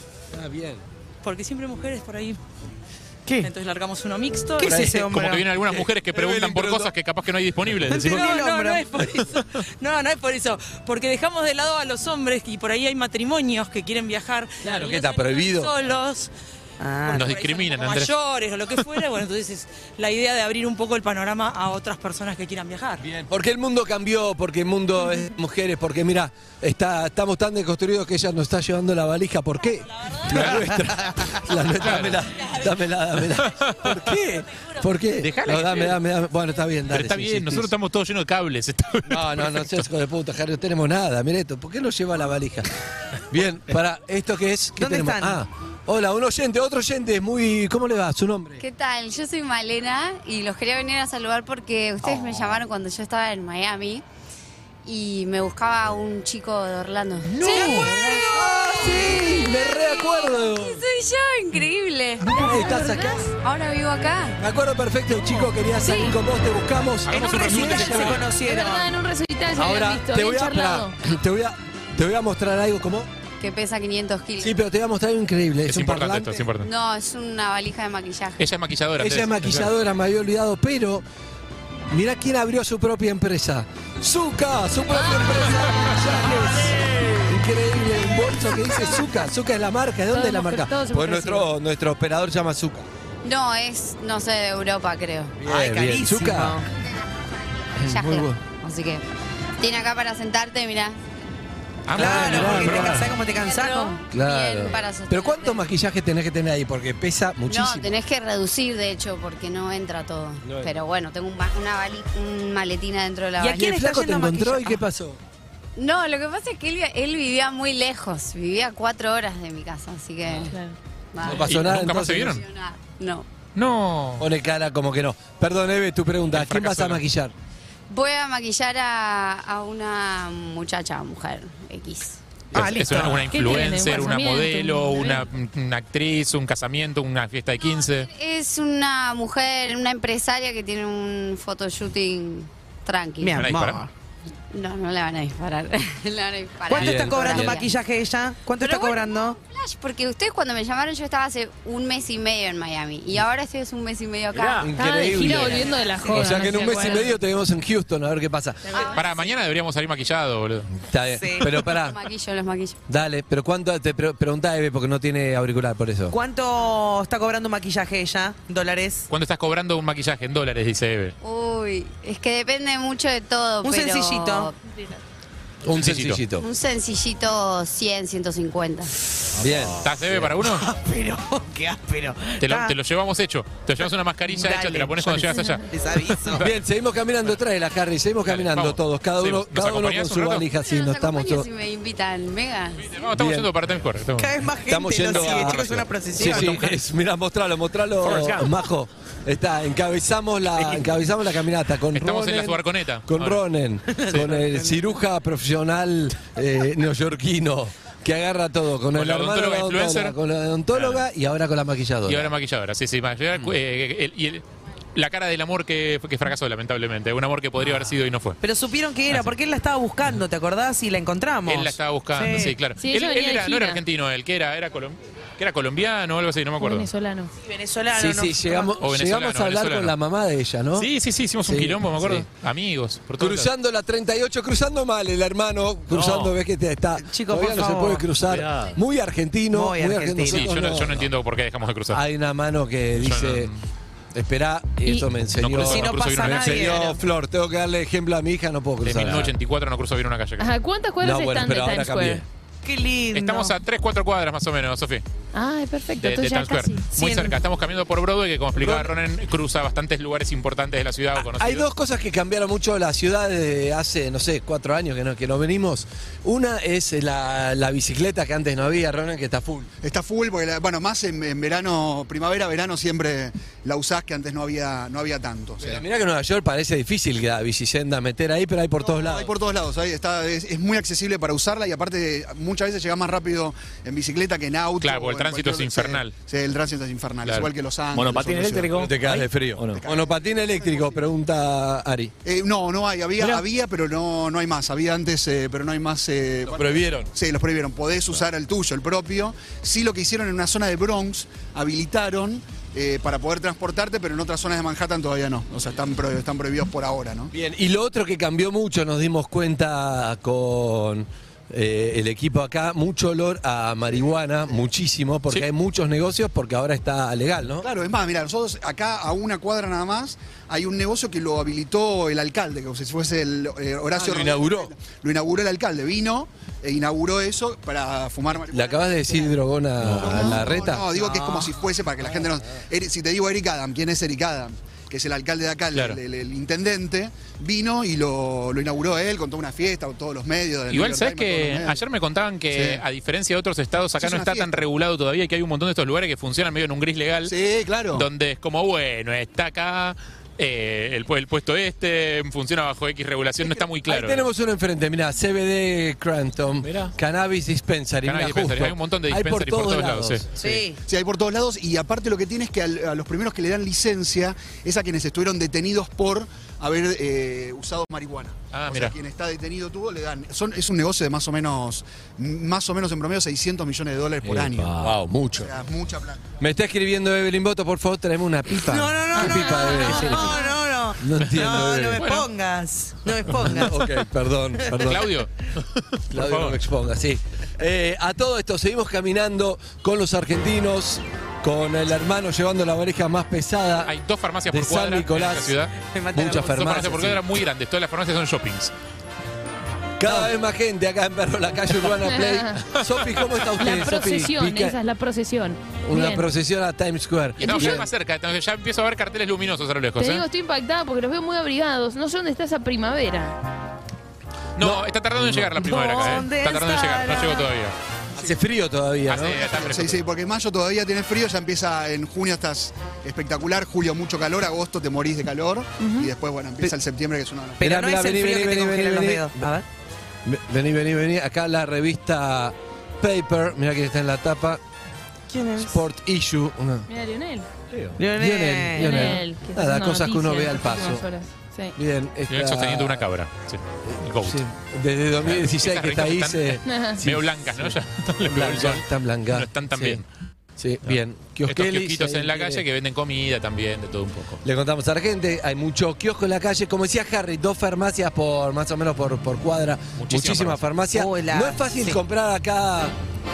E: Ah, bien.
I: Porque siempre mujeres por ahí.
D: ¿Qué?
I: Entonces largamos uno mixto.
D: ¿Qué es ese hombre?
G: Como que vienen algunas mujeres que preguntan
E: Eh, Evelyn
G: por
E: preguntó-
G: cosas que capaz que no hay disponibles.
D: Gente,
G: Decimos,
D: Tiene
I: No,
D: el
I: no,
D: hombro.
I: no es por eso. No, no es por eso. Porque dejamos de lado a los hombres y por ahí hay matrimonios que quieren viajar.
E: Claro,
I: Y
E: que
I: no
E: está
I: se animan
E: prohibido.
I: Solos.
D: Ah,
G: Nos
I: por ahí son
G: discriminan,
I: un poco
G: Andrés.
I: Mayores o lo que fuera. Bueno, entonces es la idea de abrir un poco el panorama a otras personas que quieran viajar.
E: Bien. Porque el mundo cambió, porque el mundo es mujeres, porque mira, está, estamos tan deconstruidos que ella nos está llevando la valija. ¿Por qué? La nuestra. La nuestra, dámela, dámela, dámela. ¿Por qué? ¿Por qué?
G: Dejala
E: No,
G: que
E: dame,
G: lleve.
E: dame, dame. Bueno, está bien,
G: Pero
E: dale.
G: está
E: sí,
G: bien,
E: sí,
G: nosotros
E: sí.
G: estamos todos llenos de cables. está-
E: No, no, no seas hijo de puta, Harry, no tenemos nada, mira esto, ¿por qué no lleva la valija? Bien, para, ¿esto qué es? ¿Qué
D: ¿Dónde
E: tenemos?
D: están?
E: Ah, hola, un oyente, otro oyente, es muy, ¿cómo le va? ¿Su nombre?
K: ¿Qué tal? Yo soy Malena y los quería venir a saludar porque ustedes
E: Oh.
K: me llamaron cuando yo estaba en Miami y me buscaba un chico de Orlando.
E: ¡No! ¡Ah, sí! ¡Me reacuerdo!
K: Soy yo, increíble.
E: ¿Estás acá?
K: Ahora vivo acá.
E: Me acuerdo perfecto, el chico quería salir
K: Sí.
E: con vos, te buscamos.
D: En un
G: Hagamos un resumen
D: recital
G: de
D: se
G: todo.
K: Es
D: conocieron.
K: verdad, en un recital se habían
E: Ahora
K: visto,
E: te
K: habían
E: voy, a,
K: charlado.
E: pará, te, voy a, te voy a mostrar algo como.
K: Que pesa 500 kilos.
E: Sí, pero te voy a mostrar algo increíble. Es,
G: Es
E: un
G: importante esto,
E: parlante.
G: es importante.
K: No, es una valija de maquillaje.
G: Ella es maquilladora.
E: Ella es
G: Andrés.
E: maquilladora, me había olvidado, pero mirá quién abrió su propia empresa. Zuka, su propia
K: Ah.
E: empresa de maquillajes. Increíble, un bolso que dice Zuka. Zuka es la marca. ¿De dónde es la
K: Todos
E: marca?
K: hemos- todos hemos
E: Pues nuestro, nuestro operador se llama Zuka.
K: No, es, no sé, de Europa, creo.
D: Ay, carísimo.
E: Zuka.
K: Ya
E: Muy
K: creo.
E: bueno.
K: Así que tiene acá para sentarte, mirá.
G: Ah,
D: Claro,
G: mirá,
D: porque
G: mirá.
D: te cansás como te cansás. con-
E: Claro.
K: Bien para sostenerte.
E: Pero ¿cuántos maquillajes tenés que tener ahí? Porque pesa muchísimo.
K: No, tenés que reducir, de hecho, porque no entra todo. Pero bueno, tengo un ba- una vali- un maletina dentro de la
D: ¿Y a
K: valija.
E: ¿Y
D: quién
E: el
D: está
E: flaco te
D: yendo a
E: encontró y
D: maquillar?
E: qué pasó?
K: No, lo que pasa es que él, vi- él vivía muy lejos. Vivía a cuatro horas de mi casa, así que...
G: Ah,
I: Claro.
K: va.
E: No
G: ¿Y
E: pasó nada.
G: nunca más se
E: entonces.
G: vieron?
K: No.
G: No.
E: Pone cara como que no. Perdón, Eve, tu pregunta. ¿A
G: El
E: quién vas a
G: fracasado.
E: maquillar?
K: Voy a maquillar a, a una muchacha, mujer, X.
D: Ah,
G: es,
D: listo.
G: es una, una
K: ¿Qué
G: influencer,
K: tiene? ¿Un
G: una
K: casamiento?
G: modelo,
K: ¿Un
G: una, una actriz, un casamiento, una fiesta de 15.
K: Es una mujer, una empresaria que tiene un photoshooting tranquilo.
D: Mi
G: Pará,
D: amor.
G: pará.
K: No, no le van a disparar. Le van a disparar.
D: ¿Cuánto
E: Bien,
D: está cobrando
E: bien.
D: maquillaje ella? ¿Cuánto está cobrando?
K: Flash, porque ustedes cuando me llamaron yo estaba hace un mes y medio en Miami y ahora estoy hace un mes y medio acá.
L: Estaba Ah, de
E: Increíble.
L: gira volviendo de la joda.
E: O sea que en
L: no
K: Ah,
E: un
L: se
E: mes y
L: acuerdan.
E: medio tenemos en Houston, a ver qué pasa.
G: Para mañana deberíamos salir maquillado, boludo.
E: Está bien.
D: Sí.
E: Pero pará,
K: Los maquillo, los maquillo.
E: dale, pero ¿cuánto? Te pre- preguntá a Eve porque no tiene auricular por eso.
D: ¿Cuánto está cobrando maquillaje ella? ¿Dólares?
G: ¿Cuánto estás cobrando un maquillaje en dólares? Dice Eve.
K: Uy, es que depende mucho de todo.
D: Un
K: pero-
D: sencillito.
E: Un
G: Sencillito.
E: sencillito.
K: Un sencillito 100, 150.
E: Bien.
G: ¿Estás Eve para uno?
D: Pero, qué áspero.
G: Te lo,
D: Ah,
G: te lo llevamos hecho. Te lo llevas una mascarilla hecha,
D: dale,
G: te la pones
D: yo
G: cuando llegas
D: les-
G: allá.
D: Les aviso.
E: Bien, seguimos caminando atrás de la Harry, seguimos
G: Dale,
E: caminando
G: vamos.
E: todos, cada uno,
G: Seguimos. ¿Nos
E: cada uno con
G: acompañás un
E: su
G: rato?
E: valija, sí,
K: Bueno,
E: no
K: los
E: estamos
K: acompaño
E: todos.
K: si me invitan, mega.
G: No, estamos
E: Bien.
G: yendo para Times Square. estamos-
D: Cada vez más gente
E: Estamos yendo
D: lo sigue,
E: a-
D: chicos, es una
E: Sí,
D: procesión.
E: sí, es- mirá, mostralo, mostralo, Majo. Está, encabezamos la, encabezamos la caminata con
G: Estamos en la
E: Ronen,
G: Subarconeta.
E: Con
G: Ahora.
E: Ronen, con el ciruja profesional eh, neoyorquino que agarra todo, con,
G: Con
E: el
G: la
E: hermano de
G: odontóloga
E: la odontóloga,
G: influencer.
E: con la odontóloga y ahora con la maquilladora.
G: Y ahora maquilladora, sí, sí. maquilladora, eh, el- y el- la cara del amor que, que fracasó, lamentablemente. Un amor que podría haber sido y no fue.
D: Pero supieron que era, porque él la estaba buscando, ¿te acordás? Y la encontramos.
G: Él la estaba buscando, sí, claro.
L: Sí,
G: él
L: ella
G: él
L: venía de
G: era, no era
L: gira.
G: argentino, él, que era, era, colom- que era colombiano o algo así, no me acuerdo.
L: Venezolano.
D: Venezolano.
E: Sí,
D: no-
E: sí, llegamos,
G: O venezolano,
E: llegamos a hablar
G: venezolano.
E: con la mamá Ah, de ella, ¿no?
G: Sí, sí, sí, hicimos un
E: Sí,
G: quilombo, me acuerdo.
E: sí.
G: Amigos, por todos lados.
E: Cruzando la 38, cruzando mal el hermano, cruzando, ves que te- está.
D: Chico,
E: todavía
D: por
E: no
D: favor.
E: se puede cruzar.
H: Cuidado.
E: Muy argentino,
D: Muy
E: muy,
D: argentino.
E: argentino.
G: Sí, yo,
E: Nosotros
G: no, yo no entiendo por qué dejamos de cruzar.
E: Hay una mano que
G: Yo
E: dice, espera,
L: Y-
E: eso me enseñó.
G: cruzo,
D: Si no
G: cruzo bien
D: pasa
G: una
E: me
G: calle.
D: nadie.
E: enseñó Flor, tengo que darle ejemplo a mi hija, no puedo
G: Desde
E: cruzar. Ah,
G: 1984 no cruzo bien una calle. creo.
L: Ajá, ¿cuántas cuadras
E: No, bueno,
L: están
E: pero
L: de
E: ahora
L: Times Square?
E: cambié.
D: Qué lindo.
G: Estamos a 3, 4 cuadras más o menos, Sofía.
L: Ay, perfecto,
G: de, de
L: entonces ya
G: Times Square.
L: casi.
G: Muy
D: Cien.
G: cerca. Estamos caminando por Broadway, que como explicaba Ronen, cruza bastantes lugares importantes de la ciudad o conocidos.
E: Hay dos cosas que cambiaron mucho la ciudad de hace, no sé, cuatro años que no, que no venimos. Una es la, la bicicleta que antes no había, Ronan, que está full.
F: Está full, porque Pues la- bueno, más en, en verano, primavera, verano siempre la usás que antes no había, no había tanto. o sea.
E: Mirá que Nueva York parece difícil la bicisenda meter ahí, pero hay por todos lados.
F: Hay por todos lados, ahí está, es, es muy accesible para usarla y aparte muchas veces llegás más rápido en bicicleta que en auto.
G: Claro,
F: o en
G: porque el tránsito es
F: cualquier-
G: infernal.
F: Sí, sí, el tránsito es infernal,
G: Claro.
F: es igual que Los Ángeles.
H: Monopatín
F: otras ciudades.
H: eléctrico.
E: Te quedas de frío.
H: ¿O no?
E: Monopatín eléctrico, pregunta Ari.
F: Eh, no, no hay, había, había pero no, no hay más, había antes, eh, pero no hay más... eh, bueno,
E: prohibieron.
F: Sí, los prohibieron. Podés usar el tuyo, el propio. Sí, lo que hicieron en una zona de Bronx, habilitaron eh, para poder transportarte, pero en otras zonas de Manhattan todavía no. O sea, están, pro- están prohibidos por ahora, ¿no?
E: Bien, y lo otro que cambió mucho, nos dimos cuenta con eh, el equipo acá, mucho olor a marihuana, muchísimo, porque
G: Sí.
E: hay muchos negocios, porque ahora está legal, ¿no?
F: Claro, es más, mira, nosotros acá a una cuadra nada más hay un negocio que lo habilitó el alcalde, como si fuese el eh, Horacio.
E: Ah,
F: Rodríguez.
E: lo inauguró.
F: Lo inauguró el alcalde, vino e inauguró eso para fumar
E: ¿Le
F: marihuana.
E: acabas de decir drogona a la reta?
F: No, digo que es como si fuese para que la gente no. Eri- Si te digo Eric Adam, ¿quién es Eric Adam? Que es el alcalde de acá, el-
G: Claro.
F: el, el intendente, vino y lo, lo inauguró él con toda una fiesta, con todos los medios. del New
G: Igual
F: York
G: sabes
F: Times, con
G: que
F: todos los medios.
G: ayer me contaban que
F: Sí.
G: a diferencia de otros estados acá
F: Es
G: no
F: una
G: está tan
F: fiesta.
G: regulado todavía y que hay un montón de estos lugares que funcionan medio en un gris legal
F: Sí, claro.
G: donde es como bueno está acá eh, el, pu- el puesto este funciona bajo X regulación no está muy claro.
E: Ahí tenemos uno enfrente, mirá, CBD Cranton,
H: Mirá.
E: Cannabis Dispensary,
G: Cannabis
E: mirá,
G: dispensary,
E: justo.
G: hay un montón de
E: Hay por
G: dispensary por
E: todos,
G: todos
E: lados.
G: lados, sí.
D: Sí.
F: Sí, hay por todos lados. Y aparte lo que tiene es que al- a los primeros que le dan licencia es a quienes estuvieron detenidos por haber eh, usado marihuana.
G: Ah,
F: o
G: mira.
F: sea, quien está detenido tuvo le dan. Son, es un negocio de más o menos, más o menos en promedio 600 millones de dólares por año.
E: Wow, mucho.
F: O sea, mucha plata.
E: Me está escribiendo Evelyn Boto, por favor, traeme una pipa.
D: No, no, no,
E: ¿Qué
D: no,
E: pipa
D: no,
E: debe
D: no,
E: ser?
D: no, no, no.
E: No entiendo,
D: No,
E: bebé.
D: no me
G: Bueno.
D: pongas. No me pongas.
E: Ok, perdón, perdón.
G: Claudio,
E: Claudio, no me exponga, sí. Eh, a todo esto, seguimos caminando con los argentinos, con el hermano llevando la oreja más pesada.
G: hay dos farmacias
E: De
G: por
E: San
G: cuadra
E: Nicolás.
G: en esta ciudad.
D: Me mata la
E: Muchas
D: voz.
G: Dos farmacias
E: farmacias.
G: por
E: sí.
G: cuadra muy grandes, todas las farmacias son shoppings.
E: Cada vez más gente acá en Perro, la calle Urbana Play. Sofi, ¿cómo está usted?
L: La
E: Sofi?
L: procesión,
E: Pica-
L: esa es la procesión.
E: Una
L: Bien.
E: procesión a Times Square.
G: Y estamos
E: Bien.
G: ya más cerca, entonces ya empiezo a ver carteles luminosos a lo lejos.
L: Te
G: ¿eh?
L: digo, estoy impactada porque los veo muy abrigados. No sé dónde está esa primavera.
G: no, está tardando en llegar la primavera acá. ¿eh?
D: ¿Dónde
G: Está tardando en llegar, no
D: estará?
G: llegó todavía.
E: Hace frío todavía, ¿no?
G: Hace- está fresco.
F: Sí, sí, porque en mayo todavía tiene frío, ya empieza en junio estás espectacular, julio mucho calor, agosto te morís de calor y después bueno, empieza el septiembre que es uno de los
D: Pero
E: Mirá,
D: no
E: mirá,
D: es el
E: vení,
D: frío que
E: vení,
D: te
E: vení,
D: congela los
E: vení.
D: dedos. A ver.
E: Vení, vení, vení. Acá la revista Paper, mirá quién está en la tapa.
D: ¿Quién es?
E: Sport Issue. Una-
L: Mira, Lionel.
D: Lionel.
E: Lionel, Lionel.
L: que está
E: Nada,
L: haciendo
E: cosas que uno
L: noticia
E: ve
L: en
E: al
L: las últimas
E: paso.
L: horas. Sí.
E: Bien,
G: Lionel
E: está-
G: sosteniendo una cabra. Sí. El goat.
E: Sí, Desde 2016 que está ahí
G: Estas
E: se...
G: revistas están
E: sí,
G: medio blancas, ¿no? Ya le pegó el
E: blancas,
G: sol.
E: están blancas.
G: No están tan
E: Sí.
G: bien.
E: Sí, bien.
G: Estos
E: Kiosquelis,
G: kiosquitos
E: si
G: en la
E: alguien
G: calle
E: quiere-
G: que venden comida también, de todo un poco.
E: Le contamos a la gente, hay mucho kiosco en la calle. Como decía Harry, dos farmacias por más o menos por, por cuadra.
G: Muchísimas
E: Muchísimas farmacias.
D: Uy, la-
E: No es fácil
D: sí.
E: comprar acá.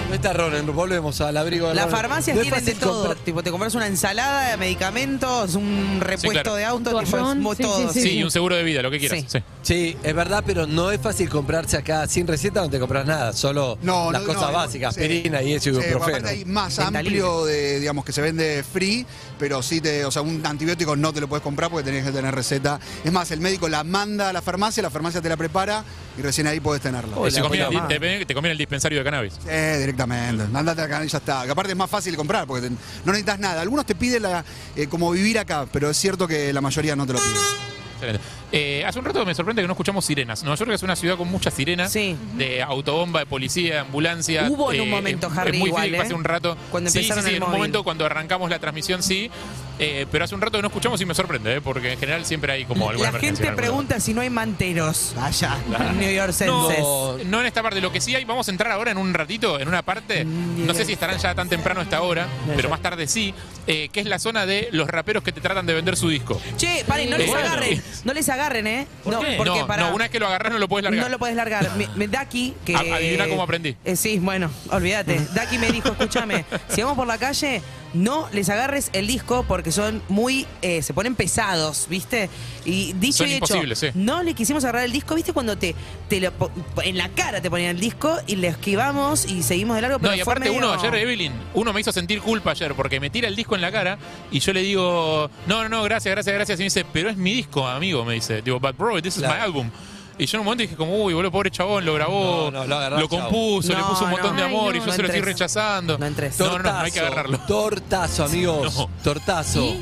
E: No está Ronen, volvemos al abrigo de
D: Las
E: Ronen.
D: farmacias
E: No es
D: tienen de
E: fácil
D: todo.
E: comprar-
D: Tipo, te compras una ensalada, medicamentos, un repuesto
G: claro.
D: de auto, tipo,
L: Torrón,
D: es-
L: sí,
D: todo.
G: Sí, y un seguro de vida, lo que quieras.
D: Sí.
G: Sí.
E: Sí, es verdad, pero no es fácil comprarse acá sin receta, no te compras nada, solo
F: No,
E: las
F: no,
E: cosas
F: no,
E: básicas,
F: sí.
E: aspirina y eso y
F: Sí,
E: ibuprofeno.
F: aparte hay más
D: Venta
F: amplio de, digamos, que se vende free, pero sí te, o sea, un antibiótico no te lo puedes comprar porque tenés que tener receta. Es más, el médico la manda a la farmacia, la farmacia te la prepara y recién ahí podés tenerla.
G: Te,
E: puta
G: conviene el di-
E: madre.
G: te ven- te conviene el dispensario de cannabis.
F: Eh, directamente. Andate acá y ya está. Que aparte es más fácil de comprar porque te- no necesitas nada. Algunos te piden la, eh, como vivir acá, pero es cierto que la mayoría no te lo piden.
G: Excelente. Eh, hace un rato me sorprende que no escuchamos sirenas. Nueva York es una ciudad con muchas sirenas
D: Sí.
G: de autobomba, de policía, de ambulancia. Eh,
D: Hubo en un momento,
G: es-
D: Harry,
G: es muy
D: igual,
G: físico,
D: ¿eh?
G: hace un rato.
D: Cuando
G: sí, sí,
D: empezaron
G: sí,
D: el
G: en un
D: móvil.
G: momento cuando arrancamos la transmisión sí. eh, pero hace un rato que no escuchamos y me sorprende, ¿eh? porque en general siempre hay como alguna
D: La
G: emergencia
D: gente
G: en algún
D: pregunta si no hay manteros allá, en New York Census.
E: No,
G: No en esta parte, lo que sí hay, vamos a entrar ahora en un ratito, en una parte,
D: Mm,
G: no sé
D: bien.
G: si estarán ya tan temprano a esta hora, pero más tarde sí, eh, que es la zona de los raperos que te tratan de vender su disco. Eh,
D: Che, paren, no les
G: Bueno.
D: agarren. No les agarren, ¿eh? no, porque
G: no,
D: para.
G: no, una vez que lo agarras no lo puedes largar.
D: No lo podés largar. Me- me- Daki, que.
G: A- adivina cómo aprendí.
D: Eh, sí, bueno, olvídate. Daki me dijo, escúchame, si vamos por la calle, no les agarres el disco porque son muy. eh, se ponen pesados, ¿viste? Y dicho
G: Son
D: y hecho.
G: imposibles, sí.
D: No le quisimos agarrar el disco, ¿viste? Cuando te, te lo po- en la cara te ponían el disco y le esquivamos y seguimos de largo. Pero
G: No, y
D: fue
G: aparte
D: medio-
G: uno ayer, Evelyn, uno me hizo sentir culpa ayer porque me tira el disco en la cara y yo le digo, no, no, no, gracias, gracias, gracias. Y me dice, pero es mi disco, amigo, me dice. Digo, but bro, this is
E: Claro.
G: my album. Y yo en un momento dije como, uy, boludo, pobre chabón, lo grabó,
E: No, no, lo agarrás,
G: compuso, le
D: chabón.
G: puso un
D: No,
G: montón de
L: no.
G: amor
L: Ay,
G: y yo
L: no,
D: no
G: se lo estoy
D: entres.
G: rechazando.
D: No entres.
G: no, no, no hay que agarrarlo.
E: Tortazo, amigos.
G: No.
E: Tortazo.
L: ¿Y?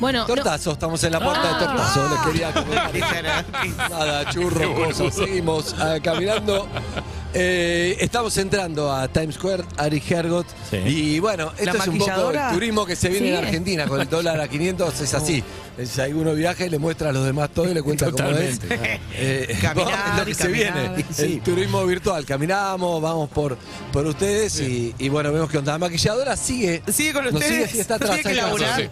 L: Bueno, no-
E: Tortazo, estamos en la puerta de Tortazo.
D: Ah.
E: Les quería comentar. Nada,
G: Qué
E: churro,
G: boludo.
E: cosas. Seguimos ah, caminando. Eh, estamos entrando a Times Square, Ari Hergot.
H: Sí.
E: Y bueno,
D: ¿La
E: esto es un poco el
D: maquilladora?
E: turismo que se viene en
L: Sí.
E: Argentina con el dólar a 500. Es así. Si alguno viaja y le muestra a los demás todo y le cuenta cómo es. Eh,
D: Caminar,
E: vamos, lo que se
D: caminar.
E: viene.
D: Sí.
E: El turismo virtual. Caminamos, vamos por, por ustedes y, y bueno, vemos que onda. La maquilladora sigue.
D: Sigue con
E: Nos sigue,
D: ustedes.
E: sí, está atrás.
D: Tiene que
E: ahí atrás.
D: laburar.
G: Sí.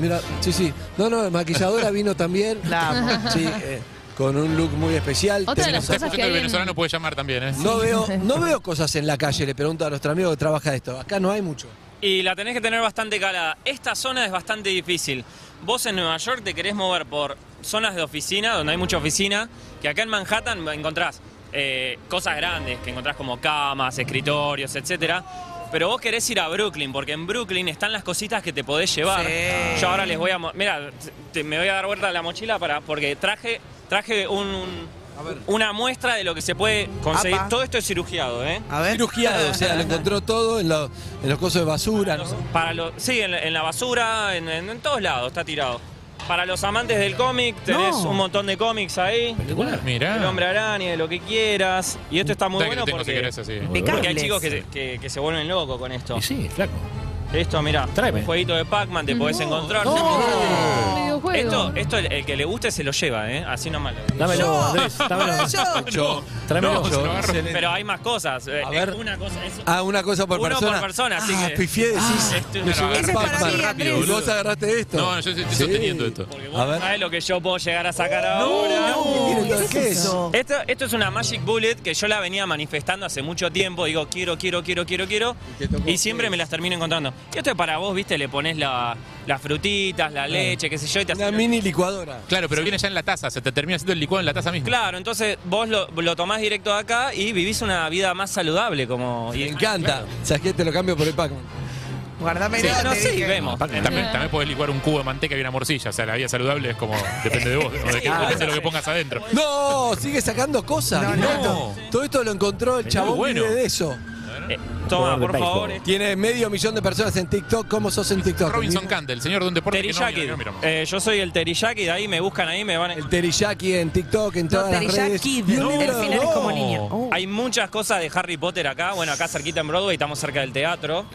E: Mira, sí, sí. No, no, maquilladora vino también.
D: La amo.
E: Sí, eh, con un look muy especial.
L: Otra de
G: Si
L: las
E: Tenemos-
G: nos está
L: cosas que
G: escuchando el
L: hay en-
G: venezolano puede llamar también, ¿eh?
E: no, veo, no veo cosas en la calle, le pregunto a nuestro amigo que trabaja de esto. Acá no hay mucho.
J: Y la tenés que tener bastante calada. Esta zona es bastante difícil. Vos en Nueva York te querés mover por zonas de oficina, donde hay mucha oficina, que acá en Manhattan encontrás eh, cosas grandes, que encontrás como camas, escritorios, etc. Pero vos querés ir a Brooklyn, porque en Brooklyn están las cositas que te podés llevar.
D: Sí.
J: Yo ahora les voy a... Mira, me voy a dar vuelta a la mochila para porque traje, traje un- un- una muestra de lo que se puede conseguir.
D: Apa.
J: Todo esto es cirugiado, ¿eh?
D: A ver.
E: Cirugiado, o sea, lo encontró todo en, lo- en los cosos de basura. ¿no?
J: Para los, sí, en, la- en la basura, en, en- en todos lados está tirado. Para los amantes del cómic, tenés
D: No.
J: un montón de cómics ahí.
G: Mirá.
J: El hombre araña, de lo que quieras. Y esto está muy
G: Dale que
J: bueno
G: lo tengo, si
J: porque,
G: querés, así.
D: Impecable.
J: porque hay
D: Cables.
J: chicos que, que- que se vuelven locos con esto.
H: Y sí, flaco.
J: Esto, mirá,
H: Tráeme.
J: un jueguito de Pac-Man te podés encontrar.
L: Un videojuego.
J: Esto, esto el, el que le guste se lo lleva, ¿eh? Así nomás. lo-
H: Dámelo, Andrés, dámelo.
D: Yo.
E: Yo.
H: Tráemelo.
G: No, se lo agarro.
J: Pero hay más cosas. eh,
E: A ver.
J: Una cosa, es-
E: Ah, una cosa por
J: Uno por
E: persona.
J: persona, así
E: ah,
J: que-
E: pifié, decís.
J: Esto es
E: me
J: una
E: llevé
J: Ese
D: es para
E: Pac-Man.
D: mí, Andrés.
E: Y vos agarraste esto.
G: No, yo estoy sosteniendo esto.
J: porque
E: A
J: vos
E: ver.
J: sabés lo que yo puedo llegar a sacar ahora.
E: ¿Qué, es eso?
J: Esto, esto es una Magic Bullet que yo la venía manifestando hace mucho tiempo. Digo, quiero, quiero, quiero, quiero, quiero.
E: Y te tocó,
J: Y siempre
E: ¿qué
J: me las termino encontrando. Y esto es para vos, viste, le pones la- las frutitas, la leche, qué sé yo, y te
E: Ah. Una
J: hace-
E: mini licuadora.
G: Claro, pero viene ya en la taza, se te termina haciendo el licuado en la taza misma.
J: Claro, entonces vos lo, lo tomás directo de acá y vivís una vida más saludable. como
E: Me encanta. ¿Sabes qué? Te lo cambio por el Pac-Man.
D: Guardame
J: Sí,
D: nada,
J: no,
D: te
J: sí,
D: dije.
J: vemos.
G: También, también podés licuar un cubo de manteca y una morcilla. O sea, la vida saludable es como. Depende de vos, o de, qué- depende de lo que pongas adentro.
E: No, sigue sacando cosas.
D: No,
E: Renato. Todo esto lo encontró el
G: Muy
E: chabón
G: bueno.
E: vive de eso.
J: Eh, toma, por favor.
E: Tiene medio millón de personas en TikTok. ¿Cómo sos en TikTok?
J: Robinson
G: Candle, el señor de un deporte que no
J: Teriyaki.
G: mira, que no miramos.
J: Eh, yo soy el Teriyaki, de ahí me buscan ahí, me van a...
E: El Teriyaki en TikTok, en todas las redes. Y un libro de Oh. dos.
J: Oh. Hay muchas cosas de Harry Potter acá, bueno, acá cerquita en Broadway, estamos cerca del teatro.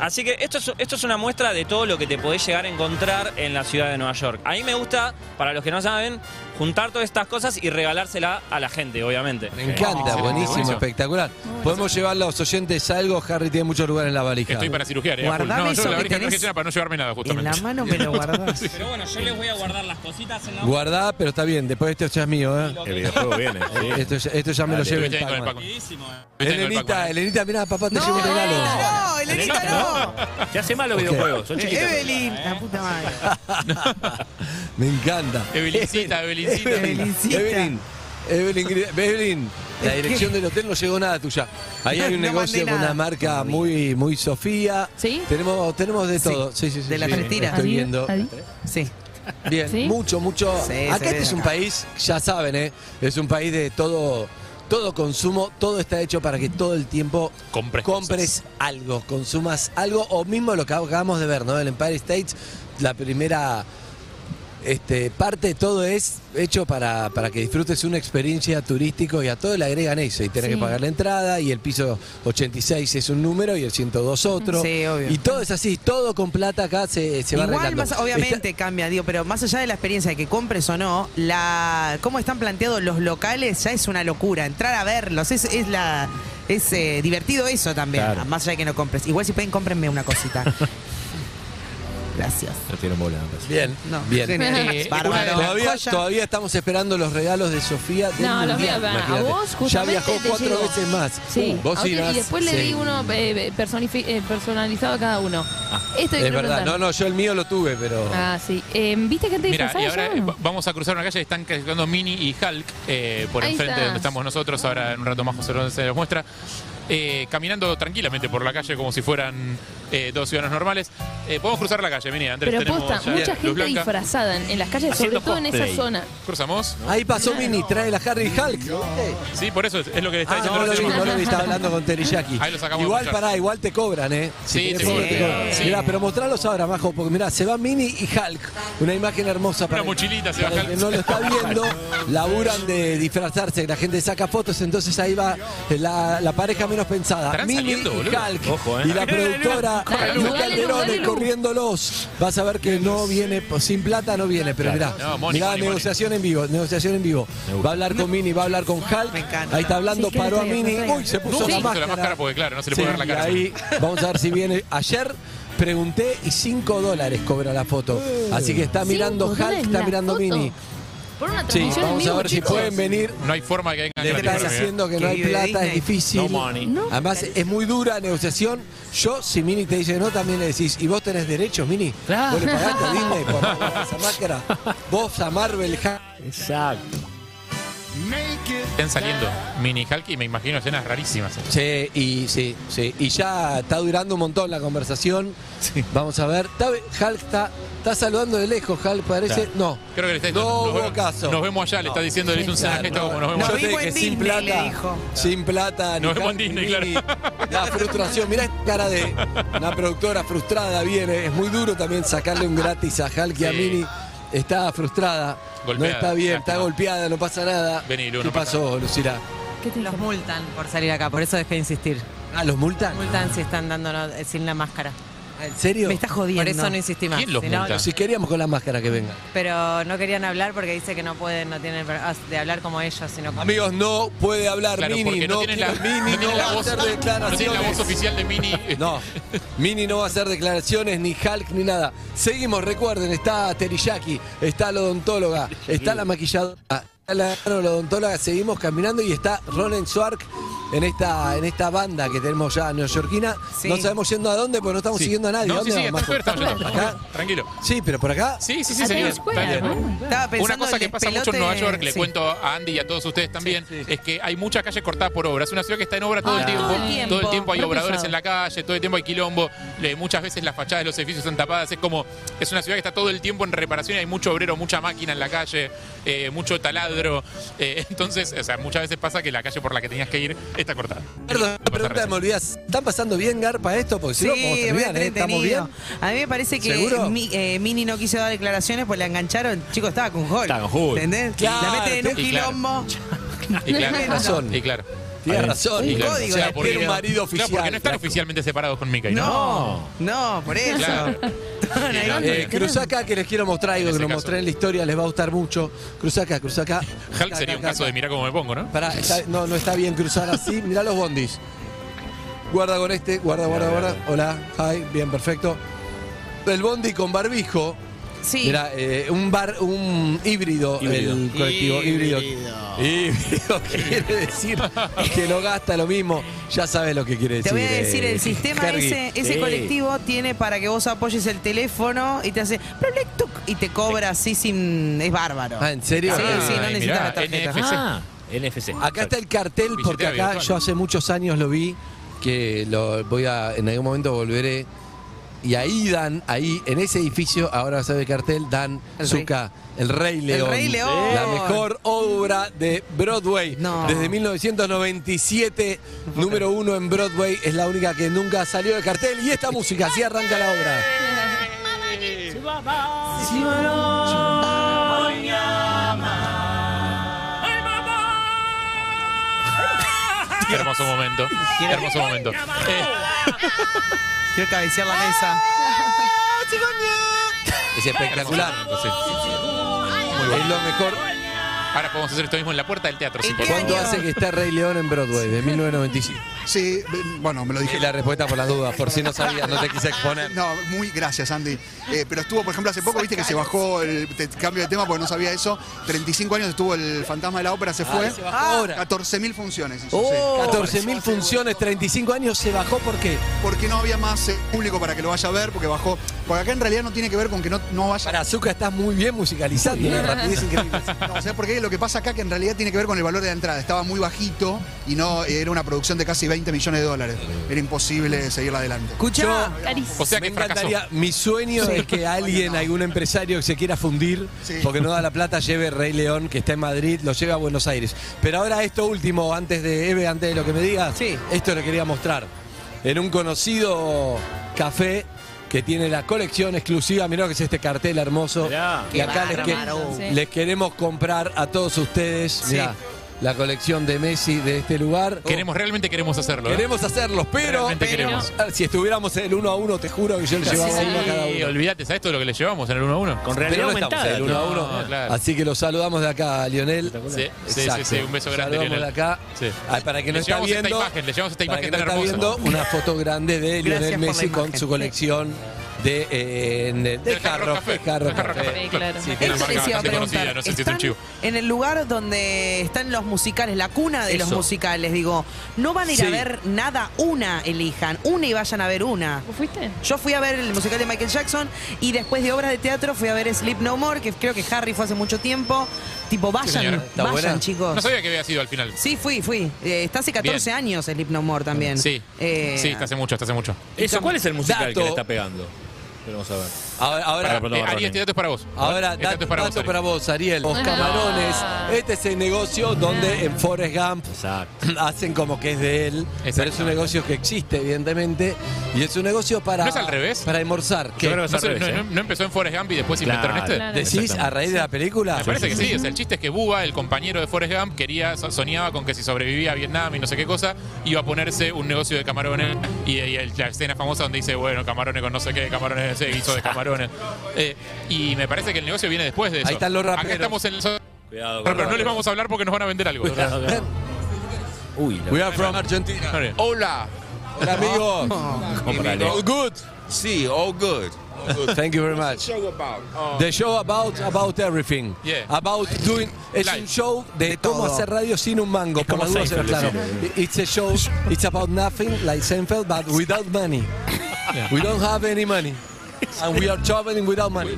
J: Así que esto es, esto es una muestra de todo lo que te podés llegar a encontrar en la ciudad de Nueva York. A mí me gusta, para los que no saben, juntar todas estas cosas y regalársela a la gente, obviamente.
E: Me encanta, buenísimo, espectacular. Podemos llevar a los oyentes algo. Harry tiene mucho lugar en la valija.
G: Estoy para cirugiar, eh.
E: Guardame
G: no,
E: eso
G: yo
E: que
G: la valija traje
E: tenés
G: llena para no llevarme nada, justamente.
E: la mano me lo guardás.
J: Pero bueno, yo les voy a guardar las cositas en la...
E: Guardá, pero está bien. Después esto ya es mío, ¿eh?
J: El videojuego viene, sí.
E: Esto, ya- esto ya me lo
J: Dale.
E: llevo el
J: Viste con el
E: Pac-Man.
J: Pac-Man. Rapidísimo, eh. Viste con el
E: Elenita, Elenita, mirá, papá, te llevo un regalo.
D: No, Elenita, no.
H: Te hace mal los
E: Ok.
H: videojuegos, son chiquitos.
D: Eh, Evelyn, la puta madre.
E: Me encanta.
G: Evelincita,
E: Evelyn.
G: Evelincita. Evelincita.
E: Evelyn. Evelyn, Gri- Evelyn, la
G: ¿Qué?
E: dirección del hotel no llegó nada tuya. Ahí hay un
D: No mandé
E: negocio con
D: nada.
E: una marca muy, muy Sofía.
D: ¿Sí?
E: Tenemos, tenemos de
D: Sí,
E: todo. Sí, sí, sí.
D: de las
E: sí,
D: tres tiras.
M: ¿Ah,
E: Estoy
D: Adiós,
E: viendo.
D: adiós. Sí.
E: Bien,
D: ¿Sí?
E: mucho, mucho.
D: Sí, se
E: acá
D: ve
E: este es un
D: acá.
E: país, ya saben, ¿eh? es un país de todo, todo consumo, todo está hecho para que todo el tiempo
G: compres,
E: algo, consumas algo, o mismo lo que acabamos de ver, ¿no? El Empire States, la primera este, parte de todo es hecho para, para que disfrutes una experiencia turística y a todo le agregan eso. Y tenés
D: Sí.
E: que pagar la entrada y el piso 86 es un número y el 102 otro.
D: Sí, obvio.
E: Y todo es así, todo con plata acá se, se va
D: Igual,
E: arreglando.
D: más, obviamente cambia, digo, pero más allá de la experiencia de que compres o no, la cómo están planteados los locales ya es una locura. Entrar a verlos es, es la es eh, divertido eso también,
C: Claro.
D: más allá de que no compres. Igual si pueden, cómprenme una cosita. Gracias.
C: No tienen bola, me parece.
E: Bien,
D: No,
E: bien.
D: genial. Eh, Bárbaro. una de las
E: Todavía,
D: joyas-
E: todavía estamos esperando los regalos de Sofía. Del
L: No, los voy a
E: mundial,
L: ver. A
E: imagínate.
L: vos,
E: Ya
L: justamente,
E: viajó
L: te
E: cuatro
L: llegó.
E: veces más. Uh,
L: Sí,
E: Vos
L: a otro-
E: irás-
L: y después
E: Sí.
L: le di uno eh, eh, personifi- eh, personalizado a cada uno.
G: Ah.
L: Esto hay que
E: Es verdad, no,
L: preguntar.
E: no, yo el mío lo tuve, pero.
L: Ah, sí. Eh, ¿Viste gente
G: Mira, y
L: disfrazada
G: ahora
L: ya?
G: eh, va- vamos a cruzar una calle, están cargando Mini y Hulk eh, por
L: Ahí
G: enfrente
L: está.
G: de donde estamos nosotros, ahora en un rato más José Lorenzo se los muestra, eh, caminando tranquilamente por la calle como si fueran eh, dos ciudadanos normales. Eh, podemos cruzar la calle, vení Andrés,
L: Pero
G: tenemos
L: posta,
G: ya
L: mucha
G: luz
L: gente
G: blanca.
L: disfrazada en, en las calles, sobre
G: Haciendo
L: todo en esa
G: cosplay.
L: zona.
G: Cruzamos.
E: Ahí pasó Mini, trae la Harry Hulk.
G: Sí, por eso es, es lo que le está
E: Ah,
G: diciendo
E: no lo
G: Lorenzo
E: vi, no lo
G: Manuel.
E: vi, estaba hablando con Teriyaki.
G: Ahí lo sacamos
E: Igual,
G: de escuchar.
E: pará, igual te cobran, ¿eh?
G: Sí,
E: querés
G: te
E: cobrar,
G: cobran. Sí.
E: Mirá, pero mostralos ahora, Majo, porque mirá, se va Mini y Hulk. Una imagen hermosa para,
G: mochilita se
E: para
G: va
E: el
G: Hulk.
E: que no lo está viendo. Laburan de disfrazarse, la gente saca fotos, entonces ahí va la, la pareja menos pensada.
G: Estarán
E: Mini
G: saliendo,
E: y
G: boludo.
E: Hulk.
G: Ojo, eh.
E: Y la
G: Mirá, mirá,
E: productora
G: mirá. Dale,
E: Lu
G: dale,
E: Calderone
G: dale, Lu.
E: corriéndolos. Vas a ver que no viene, sin plata no viene, pero mirá.
G: Claro. No, Moni,
E: Mirá,
G: Moni, Moni.
E: negociación en vivo, negociación en vivo. Va a hablar con Mini, va a hablar con Hulk. Ahí está hablando,
G: Sí, que
E: paró a
G: le traiga,
E: Mini.
G: que le traiga.
E: Uy, se puso
G: No,
E: la
G: se puso la
E: máscara.
G: máscara porque, claro, no se le puede ver la
E: y
G: cara.
E: Ahí, vamos a ver si viene. Ayer pregunté y 5 dólares cobra la foto. Así que está
L: Cinco
E: mirando Hulk,
L: dólares
E: está
L: la
E: mirando
L: foto.
E: Mini.
L: Por una
E: Sí,
L: transmisión en
E: vamos a
L: vivo,
E: ver si
L: chicos.
E: pueden venir.
G: No hay forma de que
E: Le
G: vengan
E: están haciendo que no hay plata, es difícil. Además, es muy dura la negociación. Yo, si Mini te dice no, también le decís, ¿y vos tenés derechos, Mini?
H: Claro.
E: Vos le pagaste a Disney por esa máscara. Vos a Marvel.
H: Exacto.
G: Están saliendo Mini y Hulk y me imagino escenas rarísimas.
E: Sí, y sí, sí. Y ya está durando un montón la conversación. Vamos a ver. Está- Hulk está, está saludando de lejos, Hulk parece.
G: Claro.
E: No.
G: Creo que le está
E: No
G: diciendo.
E: hubo
G: nos, vemos-
E: caso.
G: nos vemos allá, le está diciendo, le hizo un
E: Claro,
G: gesto como nos
E: no,
G: vemos
E: yo
G: allá.
E: te dije, sin plata. Sin plata. ni
G: Nos vemos en
E: Hulk,
G: Disney,
E: ni
G: claro.
E: Minnie. La frustración. Mirá esta cara de una productora frustrada viene. Es muy duro también sacarle un gratis a Hulk y a
G: Sí.
E: Mini. Está frustrada.
G: Golpeada,
E: no está bien,
G: lástima.
E: está golpeada, no pasa nada.
G: Vení, Lu,
E: ¿Qué
G: no pasa
E: pasó, Lucila?
N: Los multan por salir acá, por eso dejé de insistir.
E: Ah, ¿los multan?
N: Multan si están dándonos eh, sin la máscara.
E: ¿En serio?
N: Me estás jodiendo. Por eso no insistí más. Si no, no-
E: Si queríamos con la máscara que venga.
N: pero no querían hablar porque dice que no pueden, no tienen per- ah, de hablar como ellos, sino como...
E: Amigos, no puede hablar
G: Claro,
E: Mini,
G: porque
E: no,
G: no tiene la-
E: quiere- Mini
G: no tiene
E: no
G: la
E: va a
G: voz-
E: hacer
G: no tiene la voz
E: declaraciones.
G: oficial de Mini.
E: No, Mini no va a hacer declaraciones, ni Hulk, ni nada. Seguimos, recuerden, está Teriyaki, está la odontóloga, está la maquilladora, está la la odontóloga, seguimos caminando y está Ronen Swark en esta, en esta banda que tenemos ya neoyorquina.
G: Sí.
E: No sabemos yendo a dónde, porque no estamos
G: Sí.
E: siguiendo a nadie.
G: No,
E: ¿A
G: sí,
E: dónde
G: sí,
E: vamos,
G: está
E: Majo?
G: perfecto, estamos yendo.
E: ¿Acá?
G: Tranquilo.
E: Sí, pero por acá.
G: Sí, sí, sí, señor. Está bien.
D: Estaba pensando
G: Una cosa
D: el
G: que pasa mucho en
D: despelote-
G: Nueva York, le
D: sí.
G: cuento a Andy y a todos ustedes también, es que hay muchas calles cortadas por obra. Es una ciudad que está en obra todo,
D: Ah,
G: el, tiempo.
D: todo el tiempo.
G: Todo el tiempo hay
D: Re
G: obradores
D: pesado.
G: en la calle, todo el tiempo hay quilombo. Le- muchas veces las fachadas de los edificios están tapadas. Es como, es una ciudad que está todo el tiempo en reparación. Hay mucho obrero, mucha máquina en la calle, eh, mucho taladro. Pedro. Eh, entonces, o sea, muchas veces pasa que la calle por la que tenías que ir está cortada.
E: Perdón, la pregunta me olvidas. ¿Están pasando bien, Garpa, esto? Porque si
D: Sí,
E: no, podemos
D: muy
E: terminar, ¿eh? ¿Estamos bien?
D: entretenido. A mí me parece que
E: ¿Seguro?
D: Mi- eh, Mini no quiso dar declaraciones pues la engancharon. Chico, estaba con Hall.
E: Estaba con Hall.
D: ¿Entendés?
E: Claro,
D: la meten en un
E: y claro.
D: quilombo.
G: Y claro,
D: Tiene
E: razón.
G: Y claro.
E: Tiene
G: Ahí.
E: razón.
G: Y
E: Un
G: claro.
E: código, la
G: porque,
E: tiene un marido
G: Claro, porque
E: oficial,
G: no están
E: flaco.
G: oficialmente separados con Mickey.
D: No, no, por eso.
G: Claro.
E: Eh, cruzá acá que les quiero mostrar algo
G: En
E: que
G: ese
E: lo
G: caso.
E: mostré en la historia, les va a gustar mucho. Cruzá acá, cruzá acá.
G: Hulk sería un caso de mirá cómo me pongo, ¿no?
E: Pará, está- no, no está bien cruzar así. Mirá los bondis. Guarda con este, guarda, guarda, guarda. Hola, hi, bien, perfecto. El bondi con barbijo.
D: Sí.
E: Mirá, eh, un, bar, un híbrido,
H: Híbrido.
E: el colectivo, híbrido. Híbrido quiere decir que no gasta lo mismo. Ya sabes lo que quiere decir.
D: Te voy a decir,
E: eh,
D: el sistema
E: Jergi.
D: ese, ese
E: Sí.
D: colectivo tiene para que vos apoyes el teléfono y te hace tuk, y te cobra así sin. es bárbaro.
E: Ah, ¿en serio?
D: Sí,
E: Ah,
D: sí, no
E: ay,
D: necesitas
E: mirá,
D: la tarjeta.
E: NFC.
D: Ah.
H: NFC.
E: Acá está el cartel porque
H: Billetera
E: acá
H: virtual.
E: yo hace muchos años lo vi, que lo voy a, en algún momento volveré. Y ahí dan, ahí en ese edificio, ahora sabe el cartel, dan Zucca, el Rey León.
D: Rey León.
E: La mejor obra de Broadway. Desde 1997, número uno en Broadway, es la única que nunca salió de cartel. Y esta música, así arranca la obra.
G: Qué hermoso momento. Qué hermoso momento. Eh,
D: Quiero cabecear la mesa.
E: Ah, Es espectacular.
G: Hermoso momento, sí. Muy bueno.
E: Es lo mejor.
G: Ahora podemos hacer esto mismo en la puerta del teatro. si podemos.
E: ¿Cuánto hace que está Rey León en Broadway? De 1995.
F: Sí, bueno, me lo dije.
E: la respuesta por las dudas, por si no sabías, no te quise exponer.
F: No, muy gracias, Andy. Eh, pero estuvo, por ejemplo, hace poco, viste que se bajó el te- cambio de tema porque no sabía eso. 35 años estuvo el fantasma de la ópera, se fue.
E: Ah, se bajó ahora.
F: 14.000 funciones. hizo, sí.
E: 14.000 Oh, funciones, 35 años, se bajó porque...
F: Porque no había más eh, público para que lo vaya a ver, porque bajó. Porque acá en realidad no tiene que ver con que no, no vaya.
E: Para Azúcar estás muy bien musicalizando, una rapidez increíble.
F: No, o sea, porque lo que pasa acá que en realidad tiene que ver con el valor de la entrada. Estaba muy bajito y no era una producción de casi 20 millones de dólares. Era imposible seguirla adelante.
E: Escucha,
G: O sea
E: me
G: que fracasó.
E: encantaría, mi sueño
F: Sí.
E: es que alguien, algún empresario que se quiera fundir, porque no da la plata, lleve Rey León, que está en Madrid, lo lleve a Buenos Aires. Pero ahora esto último, antes de Eve, antes de lo que me digas, esto lo quería mostrar. En un conocido café que tiene la colección exclusiva, mirá lo que es este cartel hermoso. Y
D: Qué
E: acá les, que-
D: bárbaro. Sí.
E: les queremos comprar a todos ustedes,
D: Sí.
E: mirá, la colección de Messi de este lugar.
G: Queremos, realmente queremos hacerlo. ¿eh?
E: Queremos hacerlos, pero,
G: Realmente
E: pero
G: queremos.
E: Ah, si estuviéramos en el uno a uno, te juro que yo le llevaba uno a cada
G: Sí,
E: uno.
G: olvídate, ¿sabes todo lo que le llevamos en el 1 a 1? Con
E: Pero no estamos en el uno a uno.
G: No, claro.
E: Así que los saludamos de acá, Lionel.
G: Sí, sí,
E: Exacto.
G: sí, sí, un beso grande,
E: Saludamos
G: Lionel.
E: de acá.
G: Sí.
E: Ah, para que no
G: Le
E: está
G: llevamos esta
E: viendo,
G: imagen, le llevamos esta
E: para que
G: imagen
E: no
G: tan
E: está
G: hermosa.
E: viendo una foto grande de
D: Gracias
E: Lionel
D: por la
E: Messi con
D: imagen.
E: su colección de, eh, en- de, Hard Rock Hard Rock Café. Sí,
D: Eso
E: claro.
D: les iba a
G: bastante
D: preguntar.
G: conocida, no sé si es un
D: ¿Están
G: chivo.
D: en el lugar donde están los musicales, la cuna de los
E: Eso.
D: musicales, digo, no van a ir a
E: Sí.
D: ver nada, una elijan, una y vayan a ver una.
L: fuiste?
D: Yo fui a ver el musical de Michael Jackson y después de obras de teatro fui a ver Sleep No More, que creo que Harry fue hace mucho tiempo. Tipo,
G: señora.
D: vayan,
G: ¿Está
D: vayan,
G: buena?
D: chicos.
G: No sabía que había sido al final.
D: Sí, fui, fui. Eh, está hace 14
G: Bien.
D: años Sleep No More también.
G: Sí.
D: Eh,
G: Sí, está hace mucho, está hace mucho.
H: Eso, ¿cuál es el musical
D: Dato.
H: que le está pegando? Queremos saber.
E: Ahora, ahora-
H: Para, perdón,
E: eh,
H: Ronnie.
G: Ari, este dato es para vos.
E: Ahora,
G: Este
E: dato, dato para, vos,
G: Ari.
E: Ariel. Los camarones. Este es el negocio donde en Forrest Gump hacen como que es de él. Pero es un negocio que existe, evidentemente. Y es un negocio para.
G: ¿No es al revés?
E: Para almorzar. ¿Qué?
G: no, sé, no-
M: ¿eh?
G: no- no empezó en Forrest Gump y después inventaron este?
E: ¿Decís a raíz de la película?
G: Me parece que sí, o sea, el chiste es que Bubba, el compañero de Forrest Gump, quería, so- soñaba con que si sobrevivía a Vietnam y no sé qué cosa, iba a ponerse un negocio de camarones y, y el- la escena famosa donde dice, bueno, camarones con no sé qué, camarones, ese guiso de camarones. Eh, y me parece que el negocio viene después de eso.
E: Ahí están los
G: Acá
E: raperos.
G: estamos en el...
H: Cuidado,
G: Pero no les vamos a hablar porque nos van a vender algo.
H: Uy, la-
E: We are from Argentina.
M: Hola.
E: Hola, amigo.
M: All good. Sí, all good. All good.
E: Thank you very much.
M: Show about, uh,
E: The show about about everything.
M: Yeah.
E: About doing es un show de, cómo
M: todo.
E: hacer radio sin un mango, por
H: como
E: las dudas,
H: Seinfeld,
E: claro.
H: decirlo.
E: It's a show, it's about nothing like Seinfeld but without money. We don't have any money. And we are traveling without money.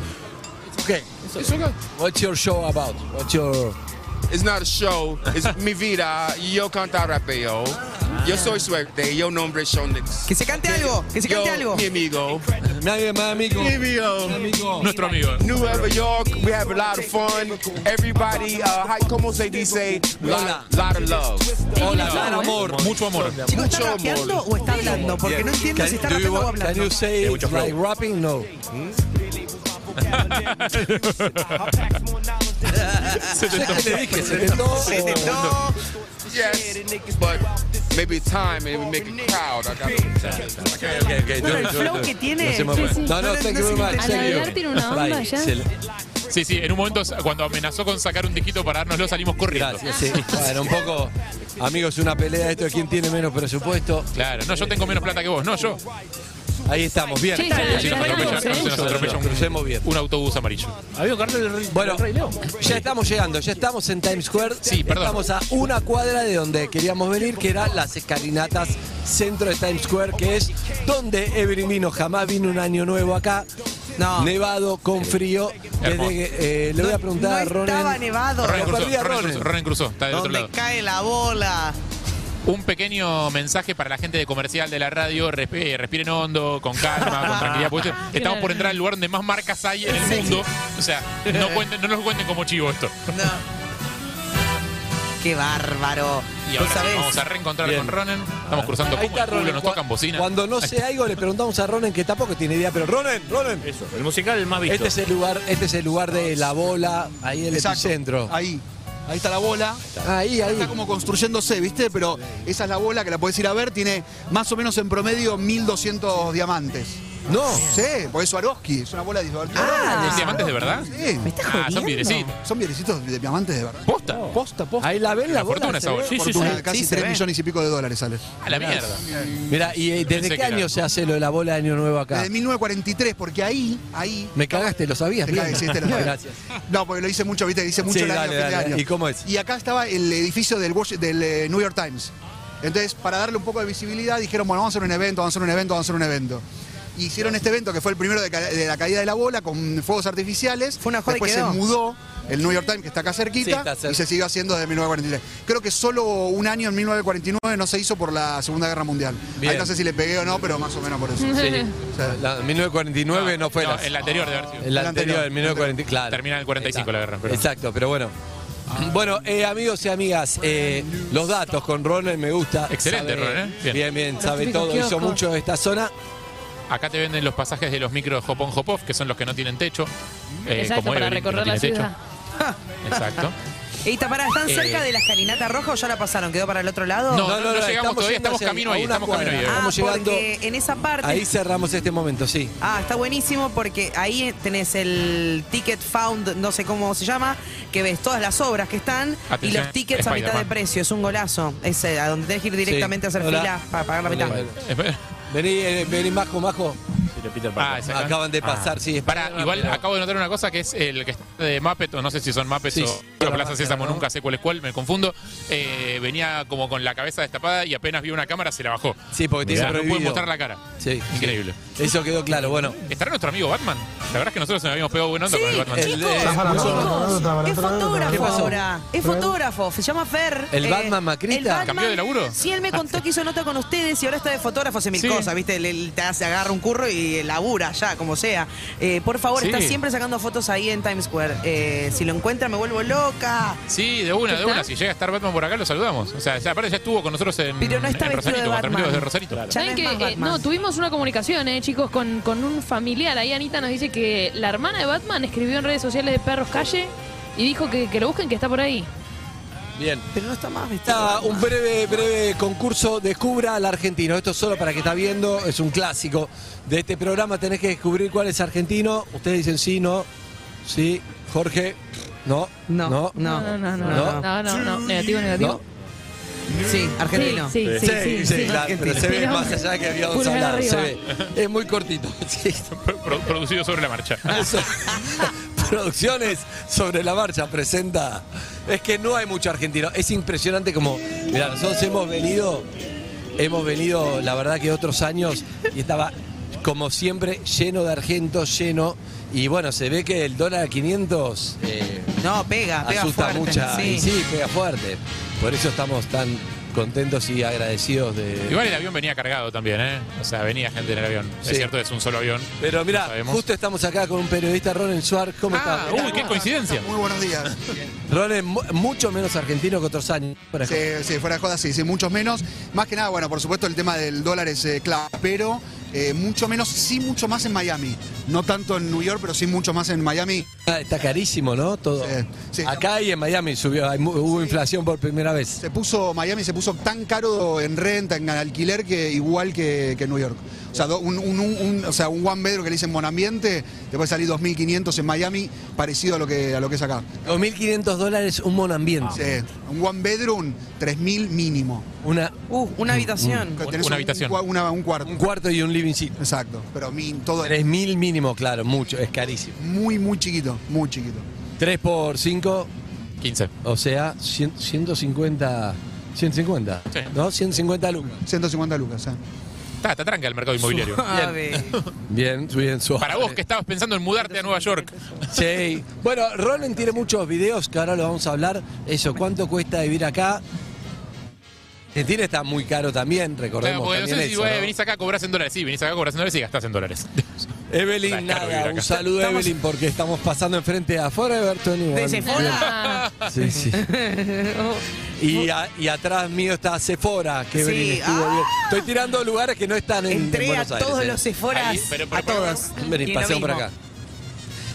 E: Okay.
M: It's okay.
E: What's your show about? What's your
M: It's not a show. It's mi vida. Yo cantar rapeo. Yo soy suerte, yo nombre Sean Lex.
D: Que se cante algo, que se
M: Yo,
D: cante algo.
M: Mi amigo.
E: Nadie más amigo.
M: Mi amigo.
G: Nuestro amigo.
M: Nueva York, we have a lot of fun. Everybody, uh, hi, como se dice, lot, lot of love.
E: Hola, Hola. amor.
G: Mucho amor.
D: Chicos, ¿está rapeando o está hablando? Porque no entiendo si está
E: do you
D: rapeando o
E: want- Can you
D: hablando.
E: say it's like rapping? No.
M: Se
E: te dije, se te
D: Se tentó.
M: Yes, but maybe it's time and we make a crowd. I got
E: Okay, okay, okay.
D: Bueno, el flow que tiene.
E: No, se me
D: Sí,
E: ocurre.
D: sí.
E: no, no,
D: No,
E: thank
D: no
E: you
D: se
E: very much.
D: intenta.
E: thank you.
D: Alagar tiene una onda
E: Bye.
D: ya.
E: Se-
G: Sí, sí, en un momento cuando amenazó con sacar un disquito para dárnoslo salimos corriendo.
E: Gracias, sí. Bueno, un poco, amigos, una pelea esto de quién tiene menos presupuesto.
G: Claro, no, yo tengo menos plata que vos, no, yo.
E: Ahí estamos, bien.
L: Sí, ya,
G: Si
L: ya,
G: nos atropella,
L: ganamos,
G: si nos
E: ¿eh?
G: atropella un-
E: Crucemos bien.
G: un autobús amarillo.
H: Había un cartel del Rey,
E: Bueno,
H: del Rey León.
E: ya estamos llegando, ya estamos en Times Square.
G: Sí, perdón.
E: Estamos a una cuadra de donde queríamos venir, que eran las escalinatas centro de Times Square, que es donde Evelyn vino. Jamás vino un año nuevo acá.
D: No.
E: Nevado, con frío. Desde
G: Hermoso.
E: que, eh, le voy a preguntar
D: No
E: a Ronen.
D: estaba nevado.
G: Ronen
E: Lo
G: cruzó,
E: perdí a
G: Ronen cruzó,
E: Ronen.
G: Ronen cruzó, está del otro lado.
D: ¿Dónde cae la bola?
G: Un pequeño mensaje para la gente de comercial de la radio. Resp- eh, respiren hondo, con calma, con tranquilidad. porque estamos por entrar al lugar donde más marcas hay en el mundo. O sea, no, cuenten, no nos cuenten como chivo esto.
D: No. Qué bárbaro. Vos
G: Y ahora sí,
D: sabés.
G: vamos a reencontrar
E: Bien.
G: con Ronen. Estamos cruzando
E: Ahí
G: como
E: está
G: el culo,
E: Ronen.
G: nos tocan
E: Cu-
G: bocina.
E: Cuando no sé algo le preguntamos a Ronen, que tampoco tiene idea, pero Ronen, Ronen.
H: Eso, el musical más visto.
E: Este es el lugar, este es el lugar de la bola, ahí Ah, el
F: Exacto.
E: epicentro.
F: Ahí. Ahí está la bola.
E: Ahí, ahí.
F: Está como construyéndose, ¿viste? Pero esa es la bola que la podés ir a ver. Tiene más o menos en promedio 1200 diamantes.
E: No. Ah.
F: Sí, porque es Swarovski. Es una bola de Swarovski.
G: ¿Tienen diamantes de verdad?
F: Sí.
G: Ah, son piedrecitos.
F: Son violecitos de diamantes de verdad.
G: Posta.
E: Posta, posta. Ahí la ven la,
G: Una
E: bola.
G: fortuna
E: se
G: esa
E: ve.
G: bola. Sí,
F: Fortuna, casi
D: Sí, se
F: 3
D: ve.
F: millones y pico de dólares sale.
G: A la mierda.
E: Mirá, ¿y eh, desde
G: Pensé
E: qué
G: que era.
E: año se hace lo de la bola de Año Nuevo acá?
F: Desde 1943, porque ahí, ahí.
E: Me cagaste, lo sabías,
F: Te
E: bien.
F: cagué, sí, te lo sabía.
E: Gracias.
F: No, porque lo hice mucho, viste, dice mucho
E: Sí,
F: el año,
E: dale,
F: fin de
E: dale,
F: año.
E: ¿y cómo es?
F: Y acá estaba el edificio del, Wash- del eh, New York Times. Entonces, para darle un poco de visibilidad, dijeron, bueno, vamos a hacer un evento, vamos a hacer un evento, vamos a hacer un evento. Y Hicieron este evento que fue el primero de, ca- de la caída de la bola con fuegos artificiales.
D: Fue una joda y
F: Después
D: quedó.
F: se mudó el New York Times, que está acá cerquita,
E: Sí, está cerca.
F: y se siguió haciendo desde 1943. Creo que solo un año en 1949 no se hizo por la Segunda Guerra Mundial.
E: Bien.
F: Ahí no sé si le pegué o no, pero más o menos por eso. O sea,
E: La 1949 no, fue la.
G: el anterior de haber sido.
E: el anterior, el 1940, claro.
G: Termina en el 45 la guerra. Pero...
E: Exacto, pero bueno. Bueno, eh, amigos y amigas, eh, los datos con Ronen me gusta.
G: Excelente,
E: Sabe-
G: Ronen, bien.
E: Bien, bien, sabe todo, hizo mucho de esta zona.
G: Acá te venden los pasajes de los micros Hop On Hop Off, que son los que no tienen techo. eh,
L: Exacto,
G: como
L: para
G: Evelyn, que no
L: recorrer la
G: tiene
L: ciudad.
G: techo. Exacto.
D: Esta parada, ¿están
G: Eh.
D: cerca de la escalinata roja o ya la pasaron? ¿Quedó para el otro lado?
G: No, no, no llegamos
E: yendo
G: todavía, estamos
E: hacia-
G: camino
E: a
G: ahí,
E: una
G: estamos camino
E: cuadra.
G: ahí, eh.
D: Ah,
E: Estamos llegando.
D: porque en esa parte.
E: Ahí cerramos este momento, sí.
D: Ah, está buenísimo porque ahí tenés el ticket found, no sé cómo se llama, que ves todas las obras que están
G: Atención,
D: y los tickets a mitad de
G: Spider-Man.
D: precio. Es un golazo. Es eh, a donde tenés que ir directamente
E: Sí.
D: a hacer
E: Hola.
D: fila para pagar la mitad.
E: Hola.
G: Espera.
E: Vení, eh, vení, Majo, Majo.
H: Sí, de Peter
G: Ah,
H: Parker.
G: exacto.
E: Acaban de pasar, sí.
G: Para, igual acabo de notar una cosa que es el que está de Muppet, o no sé si son Muppets
E: Sí,
G: o
E: sí,
G: pero
E: la
G: Plaza
E: máscara,
G: Sésamo,
E: ¿no?
G: nunca sé cuál es cuál, me confundo. Eh, venía como con la cabeza destapada y apenas vio una cámara se la bajó.
E: Sí, porque
G: O
E: tiene
G: sea, no
E: prohibido.
G: puede mostrar la cara.
E: Sí,
G: Increíble.
E: sí. Eso quedó claro. Bueno,
G: ¿Estará nuestro amigo Batman? La verdad es que nosotros nos habíamos pegado buena onda con el Batman.
E: el, eh,
G: Ah,
D: Chicos, es
E: ¿Qué
D: fotógrafo
E: pasó?
D: ahora. Es fotógrafo. Se llama Fer. Eh,
E: ¿El Batman Macrista?
D: el Batman-
G: ¿Cambió de laburo?
D: Sí, él me contó que hizo nota con ustedes y ahora está de fotógrafo. Hace mil
G: Sí.
D: cosas, ¿viste? Él, él te hace, agarra un curro y labura ya, como sea. Eh, por favor,
G: Sí.
D: está siempre sacando fotos ahí en Times Square. Eh, si lo encuentra, me vuelvo loca.
G: Sí, de una, de
L: ¿Está?
G: una. Si llega a estar Batman por acá, lo saludamos. O sea, ya- aparte ya estuvo con nosotros en,
D: Pero no está
G: en
D: vestido de
G: Rosarito, con nuestros amigos
D: Batman.
G: de Rosarito.
D: Claro. Ya no
L: ¿Saben
D: es
L: que,
D: más
L: eh,
D: Batman.
L: no, tuvimos una comunicación, eh, chicos, con, con un familiar. Ahí Anita nos dice que la hermana de Batman escribió en redes sociales de Perros Calle y dijo que, que lo busquen, que está por ahí.
E: bien.
D: Pero no está más vestido.
E: Está un breve, breve concurso. Descubra al argentino. Esto es solo para que está viendo. Es un clásico de este programa. Tenés que descubrir cuál es argentino. Ustedes dicen sí, no. Sí, Jorge. No.
D: No,
E: No.
D: no,
L: no, no, no,
E: No.
L: no, no, no, no. negativo, negativo.
D: Sí, argentino.
L: Sí, sí, sí, sí, sí.
E: claro, pero se ve más allá que había
L: Pulgar
E: hablado. Se ve.
L: arriba.
E: Es muy cortito. Sí.
G: Pro- pro- producido sobre la marcha.
E: Eso. Producciones sobre la marcha presenta. Es que no hay mucho argentino. Es impresionante como. Mirá, nosotros hemos venido. Hemos venido, la verdad, que otros años y estaba, como siempre, lleno de argentos, lleno. Y bueno, se ve que el dólar a 500 eh,
D: No, pega, pega
E: asusta
D: fuerte.
E: mucha. y Sí. pega fuerte. Por eso estamos tan contentos y agradecidos de...
G: Igual el avión venía cargado también, ¿eh? O sea, venía gente en el avión.
E: Sí.
G: Es cierto, es un solo avión.
E: Pero mira,
G: No sabemos.
E: justo estamos acá con un periodista, Ronen Schwartz. ¿Cómo
G: Ah,
E: estás?
G: ¿eh? uy, qué coincidencia.
F: Muy buenos días.
E: Ronen, mu- mucho menos argentino que otros años. por
F: Sí,
E: ejemplo.
F: sí, fuera de joda, sí, sí, muchos menos. Más que nada, bueno, por supuesto el tema del dólar es eh, clave, pero eh, mucho menos, sí mucho más en Miami. No tanto en New York, pero sí mucho más en Miami.
E: Ah, Está carísimo, ¿no? Todo. Acá y en Miami subió, hay mu- hubo inflación por primera vez.
F: Se puso, Miami se puso tan caro en renta, en alquiler, que igual que, que New York. O sea, do- un, un- un- un- o sea, un one bedroom que le dicen Monambiente, te puede salir 2.500 en Miami, parecido a lo que, a lo que es acá.
E: 2.500 dólares un monambiente.
F: Sí, un one bedroom, 3.000 mínimo.
E: Una,
D: Uh,
E: Mm,
D: una habitación.
F: Tenés un- cua- una- un cuarto.
E: Un cuarto y un living seat.
F: Exacto. Pero min, todo.
E: 3.000 mínimo, claro, mucho, es carísimo.
F: Muy, muy chiquito, muy chiquito.
E: 3 por 5.
G: 15.
E: O sea, 100 150. 150.
G: Sí.
E: ¿No? 150 lucas.
F: 150 lucas,
G: Está, está tranca el mercado inmobiliario.
E: Bien, bien, suave.
G: Para vos que estabas pensando en mudarte a Nueva York.
E: Sí. Bueno, Ronen tiene muchos videos que ahora lo vamos a hablar. Eso, ¿cuánto cuesta vivir acá? Argentina está muy caro también,
G: Claro,
E: recordemos.
G: porque no
E: también
G: sé si
E: eso,
G: vos eh,
E: ¿no?
G: venís acá, cobras en dólares. Sí, venís acá, cobras en dólares y gastás en dólares.
E: Evelyn,
G: Está caro
E: nada,
G: vivir acá.
E: un saludo a
G: Estamos-
E: Evelyn porque estamos pasando enfrente a Forever 21.
D: Te dice, "Hola".
E: Sí, sí. Y, a- y atrás mío está Sephora, que
D: Oh. Sí,
E: Evelyn estuvo
D: ah.
E: bien. Estoy tirando lugares que no están en, en
D: Entré a
E: Buenos Aires,
D: todos
E: eh.
D: los Sephoras, a todos.
E: Evelyn,
D: Y lo
E: paseo por
D: mismo.
E: acá.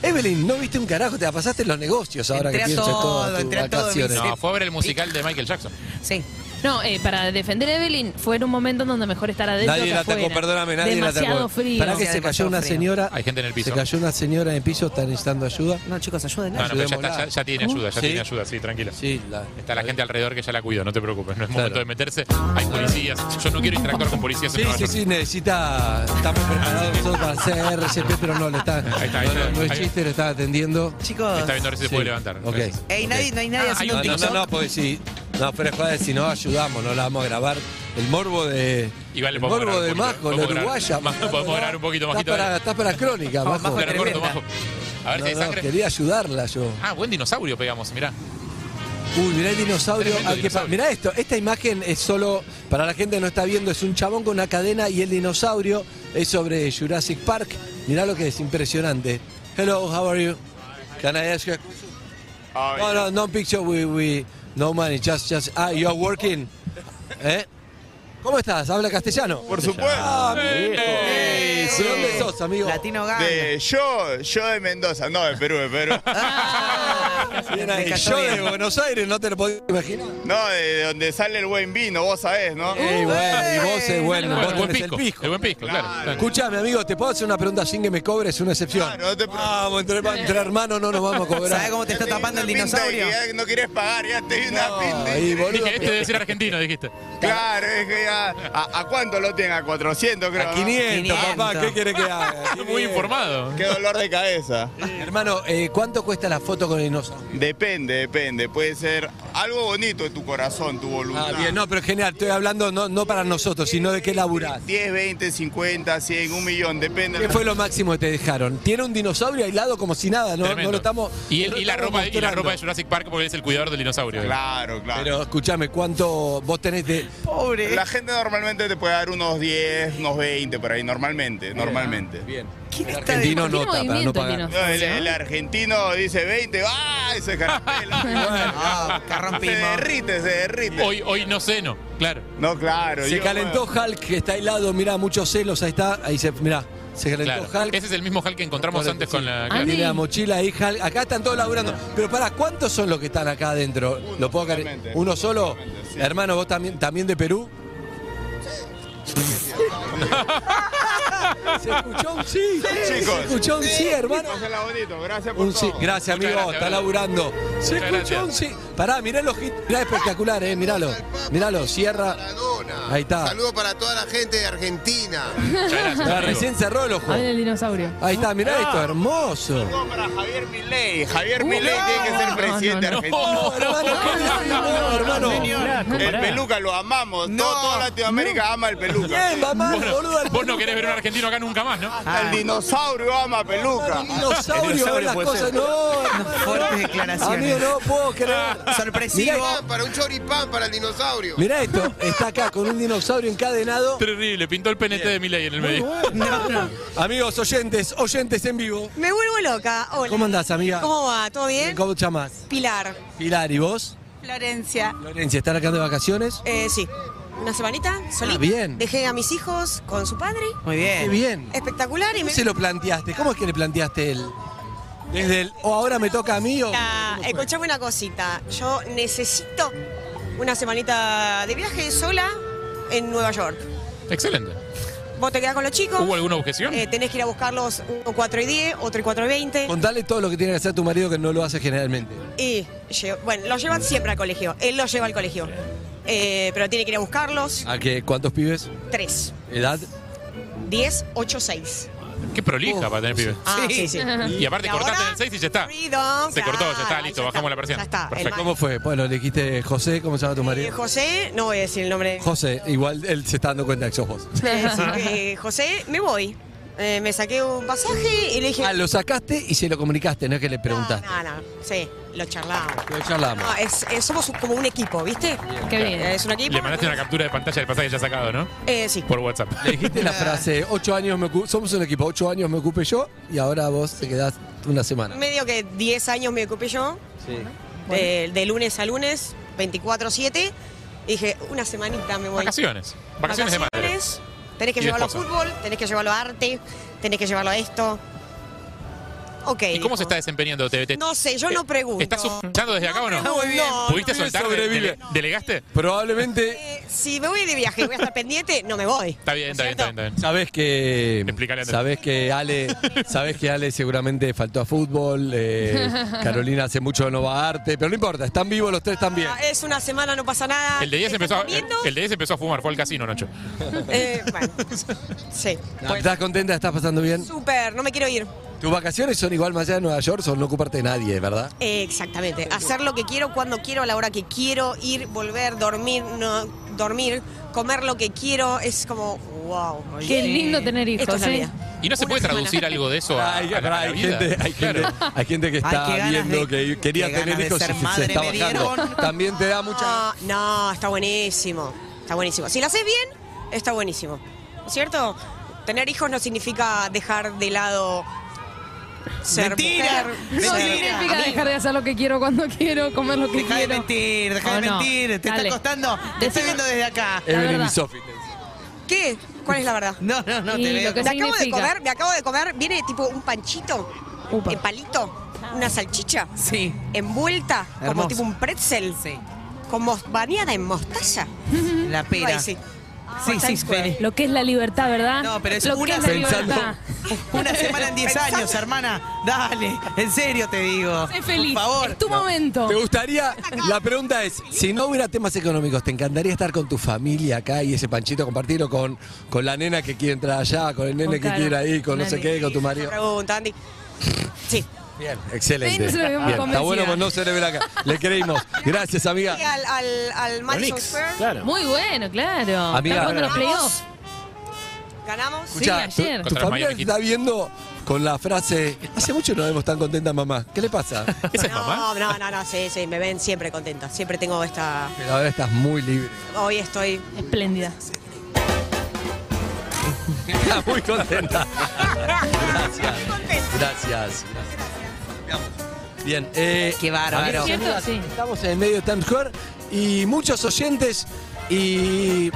E: Evelyn, no viste un carajo, te la pasaste en los negocios ahora
D: Entré a
E: que pienso en
D: todo,
E: todas tus
D: entré a todo,
E: vacaciones.
G: No, fue a ver el musical de Michael Jackson.
D: Sí.
L: No, eh, para defender a Evelyn fue en un momento en donde mejor estar adentro
E: Nadie
L: que
E: la
L: afuera.
E: atacó, perdóname, nadie
L: Demasiado
E: la atacó.
L: frío.
E: Pará que se cayó una señora.
G: Hay gente en el piso.
E: Se cayó una señora en el piso, está necesitando ayuda.
D: No, chicos, ayuden.
G: No, no, pero ya, está- ya- ya tiene ayuda, ya
E: Sí.
G: tiene ayuda, sí, tranquila.
E: Sí, la-
G: está la gente alrededor que ya la cuida, no te preocupes, no es
E: Claro.
G: momento de meterse. Hay policías, yo no quiero interactuar con policías en
E: Sí,
G: Nueva
E: sí,
G: York.
E: sí, necesita. Estamos preparados nosotros para hacer RCP, pero no le están.
G: Ahí está, ahí
E: no,
G: está,
E: no es
G: ahí-
E: chiste, le están atendiendo.
D: Chicos.
G: Está viendo a ver si se puede levantar.
E: Ok.
G: Gracias. Ah,
D: Ey, nadie- no hay nadie haciendo
E: no,
D: un
E: no, no,
D: TikTok.
E: no, porque si. No, pero es para si no ayudamos, no la vamos a grabar. El morbo de.
G: Igual le
E: el
G: podemos
E: morbo
G: grabar
E: de
G: un poquito,
E: Majo, la
G: podemos grabar-
E: uruguaya.
G: Majo, podemos grabar un poquito, Majito,
E: Está para,
G: dale.
E: está para crónica, Majo.
G: Te la corto, Majo. A ver si
E: No,
G: hay
E: no,
G: sangre.
E: quería ayudarla yo.
G: Ah, buen dinosaurio pegamos, mirá.
E: Uy, mirá el dinosaurio.
G: Tremendo
E: al que pa-
G: dinosaurio.
E: mirá esto, esta imagen es solo, para la gente que no está viendo, es un chabón con una cadena y el dinosaurio es sobre Jurassic Park. Mirá lo que es, impresionante. Hello, how are you? Can I ask you? No, no, no picture, we, we, no money, just, just, ah, you're working. ¿Eh? ¿Cómo estás? ¿Habla castellano? Ah, Por
O: supuesto.
E: ¿De dónde sos, amigo?
D: Latino
O: De, yo, yo de Mendoza, no de Perú, de Perú.
D: Ah,
E: Bien ahí. Yo de Buenos Aires, no te lo podía imaginar.
O: No, de donde sale el buen vino, vos sabés, ¿no?
E: Ey, bueno, y vos es bueno,
G: Bueno,
E: vos
G: buen
E: tenés
G: pisco,
E: el pisco.
G: el buen pisco, claro.
E: Escuchame, amigo, ¿te puedo hacer una pregunta sin que me cobres una excepción? vamos, entre, entre hermanos no nos vamos a
D: ¿Sabes
E: cobrar.
D: cómo te está tapando el
O: Pinta de
D: dinosaurio?
O: que ya no querés pagar, ya te di una pinta.
E: ahí, boludo.
G: Dije, este debe ser argentino, dijiste.
O: Claro, es que ya, ¿a, a cuánto lo tienen? A 400, creo.
E: A
O: ¿no?
E: 500, papá, ¿qué querés que haga?
O: Muy
G: informado.
O: Qué dolor de cabeza.
E: Hermano, eh, ¿cuánto cuesta la foto con el dinosaurio?
O: Depende, depende. Puede ser algo bonito de tu corazón, tu voluntad.
E: Ah, bien, no, pero genial, estoy hablando no, no para nosotros, sino de qué laburás.
O: 10, 20, 50, 100, un millón, depende.
E: ¿Qué fue lo máximo que te dejaron? Tiene un dinosaurio aislado como si nada, ¿no?
G: Tremendo.
E: No lo estamos.
G: Y,
E: no
G: el-
E: lo
G: y la
E: estamos
G: ropa, y la
E: mostrando.
G: ropa de Jurassic Park porque él es el cuidador del dinosaurio.
O: Claro, claro.
E: Pero escúchame, ¿cuánto vos tenés de.
D: Pobre.
O: La gente normalmente te puede dar unos 10, unos 20 por ahí, normalmente, normalmente. Bien.
E: El argentino
L: Tiene
E: nota para no
L: movimiento el
E: pagar.
L: dinosaurio.
O: el, el argentino dice 20, ¡ah! Y se carapela.
D: Ah,
O: se
D: carrampimo.
O: derrite, se derrite.
G: Hoy, hoy no ceno, claro.
O: No, claro.
E: Se
O: yo,
E: calentó Hulk, que está helado, mirá, muchos celos, ahí está, ahí se, mirá, se calentó
G: Claro. Ese es el mismo Hulk que encontramos antes con
E: Hulk.
G: la. Ah, claro.
E: Tiene la mochila ahí, Hulk. Acá están todos laburando. Pero pará, ¿cuántos son los que están acá adentro? ¿Lo puedo acar-
O: solamente.
E: ¿Uno solo? Hermano, ¿vos también, también de Perú? Se escuchó un sí.
O: Chicos.
E: Se escuchó un sí, hermano.
O: Cógela bonito, gracias por
E: Un sí.
O: todo.
E: Gracias, amigo.
O: Muchas
E: está
O: gracias, gracias.
E: laburando. Se
O: Muchas
E: escuchó un sí. Pará, mirá los hits. Mirá, espectacular, eh. Miralo. Miralo. Cierra.
O: Maradona.
E: Ahí está.
P: Saludo para toda la gente de Argentina.
E: Ah, recién cerró el ojo.
P: Ahí viene
L: el dinosaurio.
E: Ahí está, mirá
P: Ah.
E: esto, hermoso.
P: para Javier Milei. Javier
E: Uh,
P: Milei
E: no.
P: tiene que ser presidente
E: No, no,
P: argentino.
E: no, hermano, ¿qué decís? No, hermano.
P: El peluca lo amamos. Todo- Toda Latinoamérica ama el peluca.
G: vos, no- vos no querés ver un argentino acá nunca más, ¿no?
P: Hasta
E: Ah.
P: el dinosaurio ama peluca.
E: dinosaurio,
G: dinosaurio
E: las
G: puede
E: cosas,
G: ser.
E: no.
D: Fuertes declaraciones.
E: Amigo, no puedo creer.
D: Sorpresivo.
E: Mirá,
P: Para un choripán para el dinosaurio.
E: mirá esto, está acá con un dinosaurio encadenado.
G: Terrible, pintó el PNT de Milei en el medio.
E: Amigos, oyentes, oyentes en vivo.
Q: Me vuelvo loca. Hola.
E: ¿Cómo andás, amiga?
Q: ¿Cómo va? ¿Todo bien?
E: ¿Cómo te llamás?
Q: Pilar.
E: Pilar, ¿y vos?
Q: Florencia.
E: Florencia, ¿están acá de vacaciones?
Q: Eh, sí. Una semanita, solita.
E: bien.
Q: Dejé a mis hijos con su padre.
E: Muy bien. Qué bien.
Q: Espectacular y
E: ¿Cómo
Q: me...
E: se lo planteaste? ¿Cómo es que le planteaste él? Desde el, o ahora me toca a mí o...
Q: Ah, escuchame una cosita. Yo necesito una semanita de viaje sola en Nueva York.
G: Excelente.
Q: Vos te quedás con los chicos.
G: ¿Hubo alguna objeción?
Q: Eh, tenés que ir a buscarlos uno 4 y 10, otro y 4 y 20.
E: Contale todo lo que tiene que hacer tu marido que no lo hace generalmente.
Q: Y lle- bueno, los llevan siempre al colegio. Él los lleva al colegio. Eh, pero tiene que ir a buscarlos.
E: ¿A qué? ¿Cuántos pibes?
Q: Tres.
E: ¿Edad?
Q: 10, 8, 6.
G: Qué prolija para tener pibe.
Q: Ah, sí, sí.
G: Y aparte
Q: Y
G: cortaste
Q: ahora,
G: en el 6 y ya está.
Q: Freedom,
G: Se cortó, ya está,
Q: claro,
G: listo,
Q: ya
G: bajamos la persiana.
Q: ya está,
G: Perfecto.
E: ¿Cómo fue? Bueno, le dijiste José, ¿cómo se llama tu
Q: Eh,
E: marido?
Q: José, no voy a decir el nombre.
E: José, igual él se está dando cuenta de que sos vos.
Q: Eh, sí, eh, José, me voy. Eh, me saqué un pasaje y le dije.
E: Ah, lo sacaste y se lo comunicaste, no es que le preguntaste.
Q: No, no, sí, lo charlamos.
E: Lo charlamos.
Q: No, es- es- somos un- como un equipo, ¿viste?
G: Qué bien.
Q: Eh, Es un equipo.
G: Le mandaste una captura de pantalla del pasaje ya sacado, ¿no?
Q: Eh, sí.
G: Por WhatsApp.
E: Le dijiste la frase, ocho años me ocu- somos un equipo, ocho años me ocupe yo y ahora vos te quedás una semana.
Q: Medio que 10 años me ocupé yo,
E: Sí.
Q: de, de lunes a lunes, 24-7. Y Dije, una semanita me voy.
G: Vacaciones. Vacaciones de madre.
Q: Vacaciones, Tenés que
G: Y de
Q: llevarlo a
G: esposa.
Q: fútbol, tenés que llevarlo a arte, tenés que llevarlo a esto. Ok.
G: ¿Y cómo
Q: dijo.
G: se está desempeñando TVT?
Q: No sé, yo no pregunto.
G: Eh, ¿Estás escuchando desde acá o no?
Q: No, muy bien. No,
G: ¿Pudiste
Q: no. Eh,
G: soltar?
E: Sobrevive.
G: Dele- ¿Delegaste?
E: Probablemente
Q: Si me voy de viaje y voy a estar pendiente, no me voy.
G: Está bien, está bien, está bien, está bien.
E: sabés que
G: Explícale, Andrés.
E: sabés que Ale, sabés que Ale seguramente faltó a fútbol, eh, Carolina hace mucho no va a arte, pero no importa, están vivos los tres también.
Q: Ah, Es una semana, no pasa nada.
G: El de 10 empezó, a-
Q: comiendo?
G: el de 10 empezó a fumar, fue al casino, Nacho.
Q: Eh, bueno, sí. Pues,
E: ¿Estás contenta? ¿Estás pasando bien?
Q: Súper, no me quiero ir.
E: Tus vacaciones son igual más allá de Nueva York, son no ocuparte de nadie, ¿verdad?
Q: Eh, exactamente. Hacer lo que quiero, cuando quiero, a la hora que quiero, ir, volver, dormir, no, dormir, comer lo que quiero. Es como, wow.
L: Qué lindo tener hijos,
Q: Esto es la
L: ¿eh?
Q: vida.
G: ¿Y no se puede traducir algo de eso a,
E: Ay,
G: a la,
E: pará,
G: a la
E: hay,
G: vida?
E: gente, hay, gente, hay gente que
G: Ay,
E: está
G: qué ganas
E: viendo
G: de-
E: que quería
G: qué ganas
E: tener
G: de
E: hijos
G: ser
E: y se- se,
G: madre
E: está
G: me
E: bajando.
G: dieron.
E: También te da mucha.
Q: No, Ah, no, está buenísimo. Está buenísimo. Si lo haces bien, está buenísimo. ¿No es ¿Cierto? Tener hijos no significa dejar de lado ser
D: Mentira,
Q: mujer,
L: No
Q: ser-
L: significa
Q: amigo.
L: dejar de hacer lo que quiero cuando quiero, comer lo que
D: Deja de
L: quiero.
D: mentir, deja de
L: ¿O no?
D: mentir. Te
L: Dale.
D: está costando. Te estoy viendo desde acá.
L: La Evelyn y verdad.
E: Sofi.
Q: ¿Qué? ¿Cuál es la verdad?
D: No, no, no, te veo.
Q: me acabo de comer, me acabo de comer, viene tipo un panchito, eh, palito, una salchicha,
D: sí.
Q: envuelta, como
D: Hermoso.
Q: tipo un pretzel, con mos- bañada en mostaza.
D: La pera.
Q: Ay, sí.
D: Sí, sí, Feli.
L: Lo que es la libertad, ¿verdad?
D: No, pero es
L: lo
D: una
L: que es la
D: pensando-
L: libertad.
D: Una semana en 10 años, hermana. Dale, en serio te digo.
L: Sé feliz.
D: Por favor.
L: Es tu momento.
E: ¿Te gustaría? La pregunta es, si no hubiera temas económicos, ¿te encantaría estar con tu familia acá y ese panchito compartirlo con, con la nena que quiere entrar allá, con el nene
Q: Con
E: que
Q: Caro.
E: quiere ahí, con no sé
Q: Nani.
E: qué, con tu marido?
Q: Pregunta, Andy. Sí.
E: Bien, excelente.
Q: Ven, se ve muy
E: Bien, Está
Q: convencida.
E: bueno pues no se le ve la cara. Le creímos. Gracias, amiga.
Q: Sí, Al, al, al Madison
E: Knicks,
Q: Square.
E: claro.
L: Muy bueno, claro.
E: Amiga.
L: Está jugando los playoffs.
Q: Ganamos.
E: Escuchá, tu- tu, familia te está viendo con la frase, hace mucho no vemos tan contenta mamá. ¿Qué le pasa?
Q: No, no, no, no, sí, sí, me ven siempre contenta. Siempre tengo esta.
E: Pero ahora estás muy libre.
Q: Hoy estoy.
L: Espléndida.
E: muy contenta. Gracias. Gracias. Bien. Eh, Qué
D: bárbaro. ¿Es cierto? Sí.
E: Estamos en el medio de Times Square y muchos oyentes y...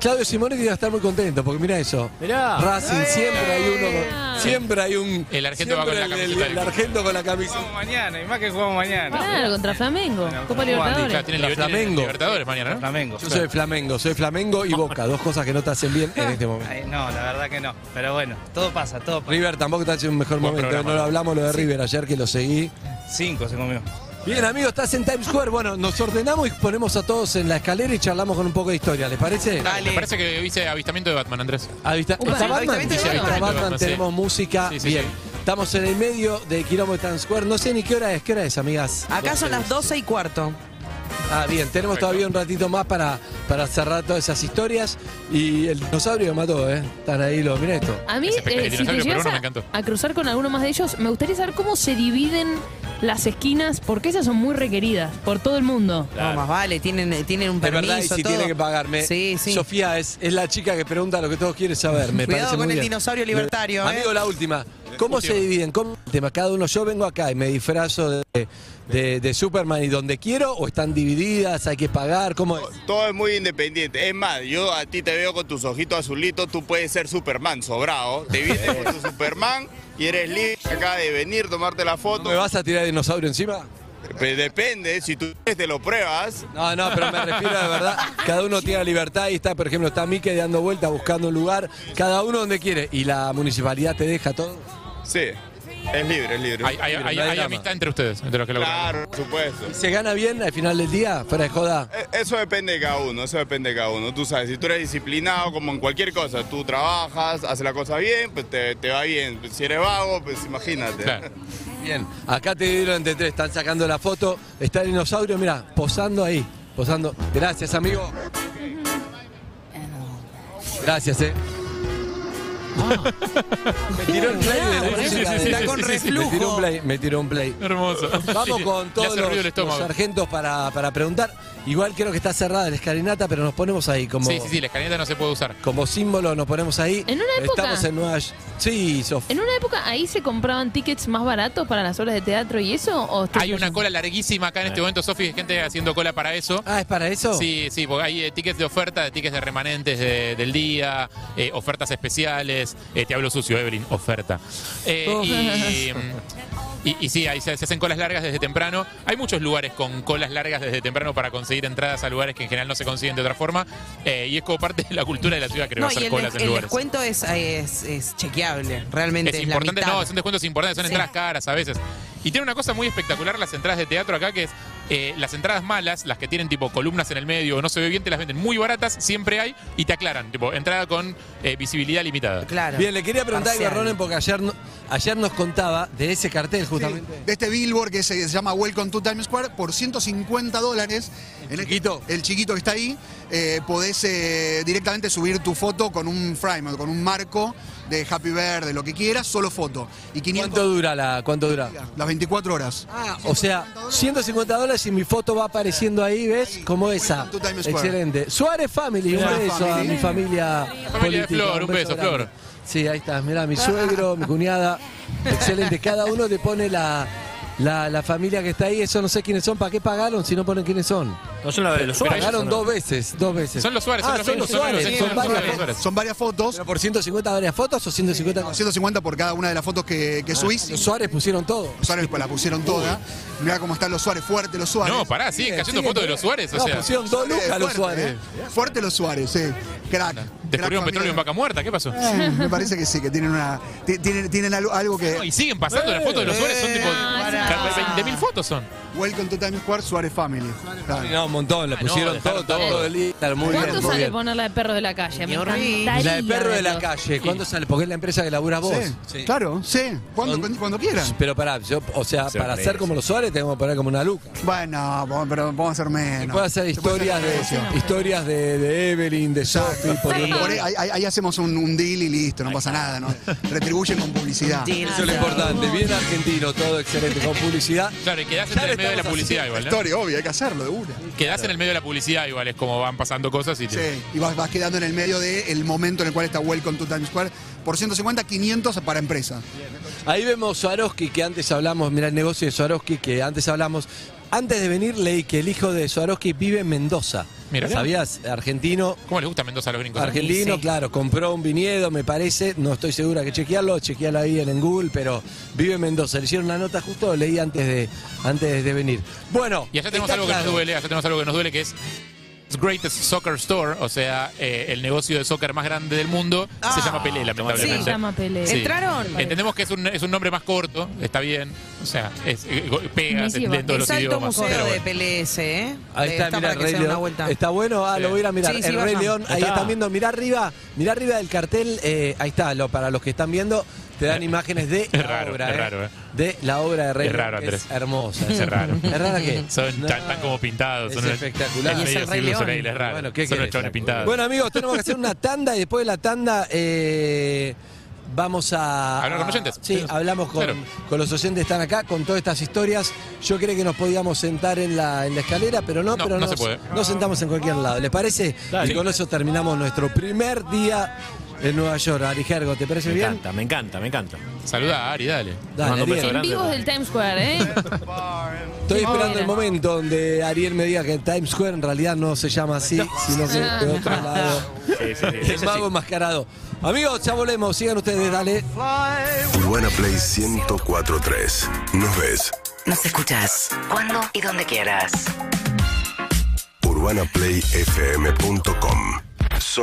E: Claudio Simonetti va a estar muy contento porque mira eso. Racing, siempre hay uno. con- Siempre hay un.
G: El argento va con
E: siempre
G: la
E: el-
G: camiseta
E: El,
G: del club.
E: argento con la camiseta.
R: mañana, y más que jugamos mañana.
L: Claro, contra Flamengo. Copa Libertadores.
E: Contra Flamengo.
G: Libertadores mañana, ¿no?
R: Flamengo.
E: Yo soy Flamengo, soy Flamengo y Boca, dos cosas que no te hacen bien en este momento.
R: Ay, Eh, no, la verdad que no. Pero bueno, todo pasa, todo pasa.
E: River tampoco está en un mejor momento, ¿eh?
R: programa.
E: no lo hablamos lo de River ayer que lo seguí.
R: Cinco se comió.
E: Bien, amigos, estás en Times Square. Bueno, nos ordenamos y ponemos a todos en la escalera y charlamos con un poco de historia, ¿les parece?
G: Me parece que dice avistamiento de Batman, Andrés.
E: Avista
G: Upa,
E: ¿Está Batman?
G: avistamiento de
E: Está
G: Batman.
E: Batman,
G: Batman, sí.
E: tenemos música. Bien. Estamos en el medio de Kilómetro Times Square. No sé ni qué hora es, ¿qué hora es, amigas?
D: Acá son las 12 y cuarto.
E: Ah, bien, tenemos todavía un ratito más para, para cerrar todas esas historias. Y el dinosaurio mató, ¿eh? Están ahí los minetos.
L: A mí,
E: Es espectacular.
L: eh,
E: El
L: si te
E: dinosaurio
L: llegas
E: peruano me
L: a,
E: encantó.
L: a cruzar con alguno más de ellos, me gustaría saber cómo se dividen las esquinas, porque esas son muy requeridas por todo el mundo.
D: No, más vale, tienen, eh, tienen un
E: De
D: permiso,
E: verdad, y si
D: todo.
E: tiene que pagarme.
D: Sí, sí.
E: Sofía es, es la chica que pregunta lo que todos quieren saber. Me
D: Cuidado
E: parece
D: con
E: muy
D: el
E: bien.
D: dinosaurio libertario, ¿eh?
E: Amigo, la última. ¿Cómo se
D: Última.
E: dividen? ¿Cómo el tema? Cada uno, yo vengo acá y me disfrazo de, de- de Superman y donde quiero, o están divididas, hay que pagar, ¿cómo es?
O: Todo es muy independiente. Es más, yo a ti te veo con tus ojitos azulitos, tú puedes ser Superman sobrado. Te vienes con tu Superman y eres libre acá de venir, tomarte la foto.
E: ¿Me vas a tirar dinosaurio encima?
O: Pues depende, si tú quieres, te lo pruebas.
E: No, no, pero me refiero de verdad. Cada uno tiene la libertad y está, por ejemplo, está Mike dando vuelta, buscando un lugar, cada uno donde quiere. Y la municipalidad te deja todo.
O: Sí, es libre, es libre.
G: Hay, hay- hay- hay amistad entre ustedes, entre los que lo
O: Claro, por supuesto.
E: ¿Y se gana bien al final del día? Fuera de joda.
O: Eh, Eso depende de cada uno, eso depende de cada uno. Tú sabes, si tú eres disciplinado, como en cualquier cosa, tú trabajas, haces la cosa bien, pues te, te va bien. Si eres vago, pues imagínate.
E: Bien. Acá te dieron entre tres, están sacando la foto, está el dinosaurio, mira, posando ahí, posando. Gracias, amigo. Gracias, eh. me tiró el play de la
G: Ah. Sí, sí,
E: música
G: sí,
E: de-
G: sí, sí, sí, sí.
E: Me tiró un play, me tiró un play.
G: Hermoso.
E: Vamos
G: Sí,
E: con
G: le
E: todos
G: hace ruido el
E: los,
G: estómago.
E: los sargentos para, para preguntar. Igual creo que está cerrada la escalinata, pero nos ponemos ahí como,
G: Sí, sí, sí, la escaleta no se puede usar.
E: como símbolo, nos ponemos ahí.
L: En una época-
E: Estamos en Nueva York. Sí, Sof.
L: En una época ahí se compraban tickets más baratos para las obras de teatro y eso. ¿O estoy
G: Hay una
L: flasheando?
G: cola larguísima acá en este momento, Sofi, hay gente haciendo cola para eso.
E: Ah, ¿es para eso?
G: Sí, sí, porque hay eh, tickets de oferta, de tickets de remanentes de- del día, eh, ofertas especiales. Eh, te hablo sucio, Evelyn, oferta. Eh,
D: Oh.
G: y, y- y sí, ahí se, se hacen colas largas desde temprano. Hay muchos lugares con colas largas desde temprano para conseguir entradas a lugares que en general no se consiguen de otra forma. Eh, y es como parte de la cultura de la ciudad, creo,
D: No, y
G: hacer
D: el,
G: colas
D: des-
G: en
D: el
G: lugares.
D: descuento es, es, es chequeable, realmente.
G: Es
D: la
G: importante,
D: mitad.
G: no, son descuentos importantes, son
D: Sí.
G: entradas caras a veces. Y tiene una cosa muy espectacular las entradas de teatro acá, que es eh, las entradas malas, las que tienen tipo columnas en el medio o no se ve bien, te las venden muy baratas, siempre hay, y te aclaran, tipo, entrada con eh, visibilidad limitada.
D: Claro.
E: Bien, le quería preguntar a Ibarronen porque ayer, no- ayer nos contaba de ese cartel justamente.
F: de este billboard que se llama Welcome to Times Square por 150 dólares. El chiquito. El chiquito que está ahí. eh, podés eh, directamente subir tu foto con un frame, con un marco de Happy Bird, de lo que quieras, solo foto. Y 500
E: ¿Cuánto dura la, cuánto dura?
F: las 24 horas.
E: Ah, o sea, 150 dólares y mi foto va apareciendo ahí, ¿ves? Como esa.
F: to Times Square.
E: Excelente. Suárez Family, un
F: Suárez
E: beso a
F: Family.
E: mi familia
G: Familia de
E: política.
G: Flor, un beso,
E: grande.
G: Flor.
E: Sí, ahí estás. Mirá, mi suegro, mi cuñada. Excelente. Cada uno te pone la, la, la familia que está ahí. Eso no sé quiénes son. ¿Para qué pagaron si no ponen quiénes son?
H: No son la de los Suárez.
E: Pagaron dos veces, dos veces.
G: Son los Suárez, son
E: Ah,
G: los
E: son los
G: mismos, son los
E: Suárez. Son
G: mismos, son
E: varias
G: los
E: fotos.
G: Suárez.
F: Son varias fotos.
E: ¿Pero por 150 varias fotos o 150?
F: No, 150 por cada una de las fotos que, que subís.
E: Los Suárez pusieron todo.
F: Los Suárez la pusieron toda. Mirá cómo están los Suárez, fuerte los Suárez.
G: No, pará, siguen cayendo fotos de los Suárez, o
F: No,
G: sea.
F: pusieron dos lucas los Suárez. Fuerte los Suárez, sí. Crack.
G: Descubrieron petróleo en vaca muerta, ¿qué pasó?
F: Eh, me parece que sí, que tienen una. ti- Tienen, tienen algo, algo que.
G: No, y siguen pasando las fotos de los Suárez, son tipo. de mil fotos son.
F: Welcome to Times Square, Suárez Family. Claro.
E: No, un montón. Le
G: Ah,
F: no,
E: pusieron
F: dejaron
E: todo, todo,
F: todo.
E: el Instagram, Muy bien,
L: ¿Cuánto
E: muy
L: sale
E: bien.
L: poner la de perro de la calle? Me
E: Y
L: encantaría
E: la de perro de la
L: verlo.
E: calle, ¿cuándo sale? Porque es la empresa que laburas vos.
F: Sí, Claro, sí. Cuando, cuando, quieras.
E: Pero pará, yo, o sea,
F: Se
E: Ah, para
F: aprende.
E: ser como los Suárez tenemos que poner como una luca.
F: Bueno, vos- pero vamos a hacer menos.
E: Se puede hacer historias de historias de, de Evelyn, de Sophie, por
F: Por- por ahí, ahí- ahí hacemos un, un deal y listo, no pasa nada, ¿no? Retribuyen con publicidad.
E: Eso es lo importante, bien argentino, todo excelente, con publicidad.
G: Claro, y quedás entre el medio de la publicidad igual, ¿no?
F: Historia, obvio, hay que hacerlo de una.
G: Quedás en el medio de la publicidad igual, es como van pasando cosas y te-
F: Sí, y vas, vas quedando en el medio del momento en el cual está Welcome to Times Square. Por 150, 500 para empresa.
E: Ahí vemos Swarovski, que antes hablamos, mira el negocio de Swarovski, que antes hablamos. Antes de venir leí que el hijo de Swarovski vive en Mendoza.
G: Mirá.
E: ¿Sabías? Argentino,
G: ¿Cómo les gusta Mendoza a los gringos?
E: Argentino, claro, compró un viñedo, me parece, no estoy segura que chequearlo, chequealo ahí en, en Google, pero vive en Mendoza. Le hicieron una nota justo, leí antes de, antes de venir. Bueno,
G: Y allá tenemos
E: está
G: algo que
E: claro.
G: nos duele, allá tenemos algo que nos duele que es World's Greatest Soccer Store, o sea, eh, el negocio de soccer más grande del mundo,
F: Ah.
G: se llama Pelé, lamentablemente.
L: Sí, se llama Pelé. ¿Entraron?
G: Entendemos que es un, es un nombre más corto, está bien. O sea, es, eh, go- pega en
D: El
G: todos los
D: Salto
G: idiomas.
D: Museo
G: pero
D: de
G: bueno.
D: PLS, ¿eh?
E: Ahí
D: Eh,
E: está, mira,
D: para que se
E: Rey
D: den una
E: León.
D: vuelta.
E: Está bueno, ah, lo voy a ir a mirar.
D: Sí, sí,
E: el Rey
D: vayan.
E: León, ahí
D: Está.
E: están viendo, mirá arriba, mirá arriba del cartel, eh, ahí está, lo, para los que están viendo, te dan imágenes de la
G: Eh, Es raro,
E: obra,
G: es
E: eh,
G: raro, eh.
E: de la obra de Rey
G: Es raro,
E: León, que es
G: Andrés.
E: hermosa.
G: Es raro.
E: ¿Es rara qué?
G: Son tan, tan como pintados.
E: Es
G: son
E: espectacular.
G: Es
E: Y es
G: medio
E: el Rey
G: Cirque du
E: León.
G: Soleil, es raro.
E: Bueno, ¿qué
G: son los
E: querés?
G: chones pintados.
E: Bueno, amigos, tenemos que hacer una tanda y después de la tanda eh, vamos a.
G: Hablar con oyentes.
E: Sí, hablamos con,
G: Claro.
E: con los oyentes que están acá, con todas estas historias. Yo creo que nos podíamos sentar en la, en la escalera, pero no,
G: No,
E: pero
G: no
E: nos,
G: se puede.
E: nos sentamos en cualquier lado. ¿Les parece?
H: Dale.
E: Y con eso terminamos nuestro primer día en Nueva York. Ari Gergo, ¿te parece
H: Me
E: bien?
H: encanta, me encanta, me encanta.
G: Saluda a Ari, dale.
E: Dale,
H: Mando un beso
E: Ariel.
H: grande.
L: Vivos del Times Square, ¿eh?
E: Estoy
L: Oh,
E: esperando
L: mira.
E: el momento donde Ariel me diga que Times Square en realidad no se llama así, sino que de otro lado.
H: Sí, sí, sí.
E: El mago enmascarado. Amigos, ya volvemos. Sigan ustedes, dale.
S: Urbana Play 1043. Nos ves.
A: Nos escuchas cuando y donde quieras.
S: UrbanaPlayFM.com. So-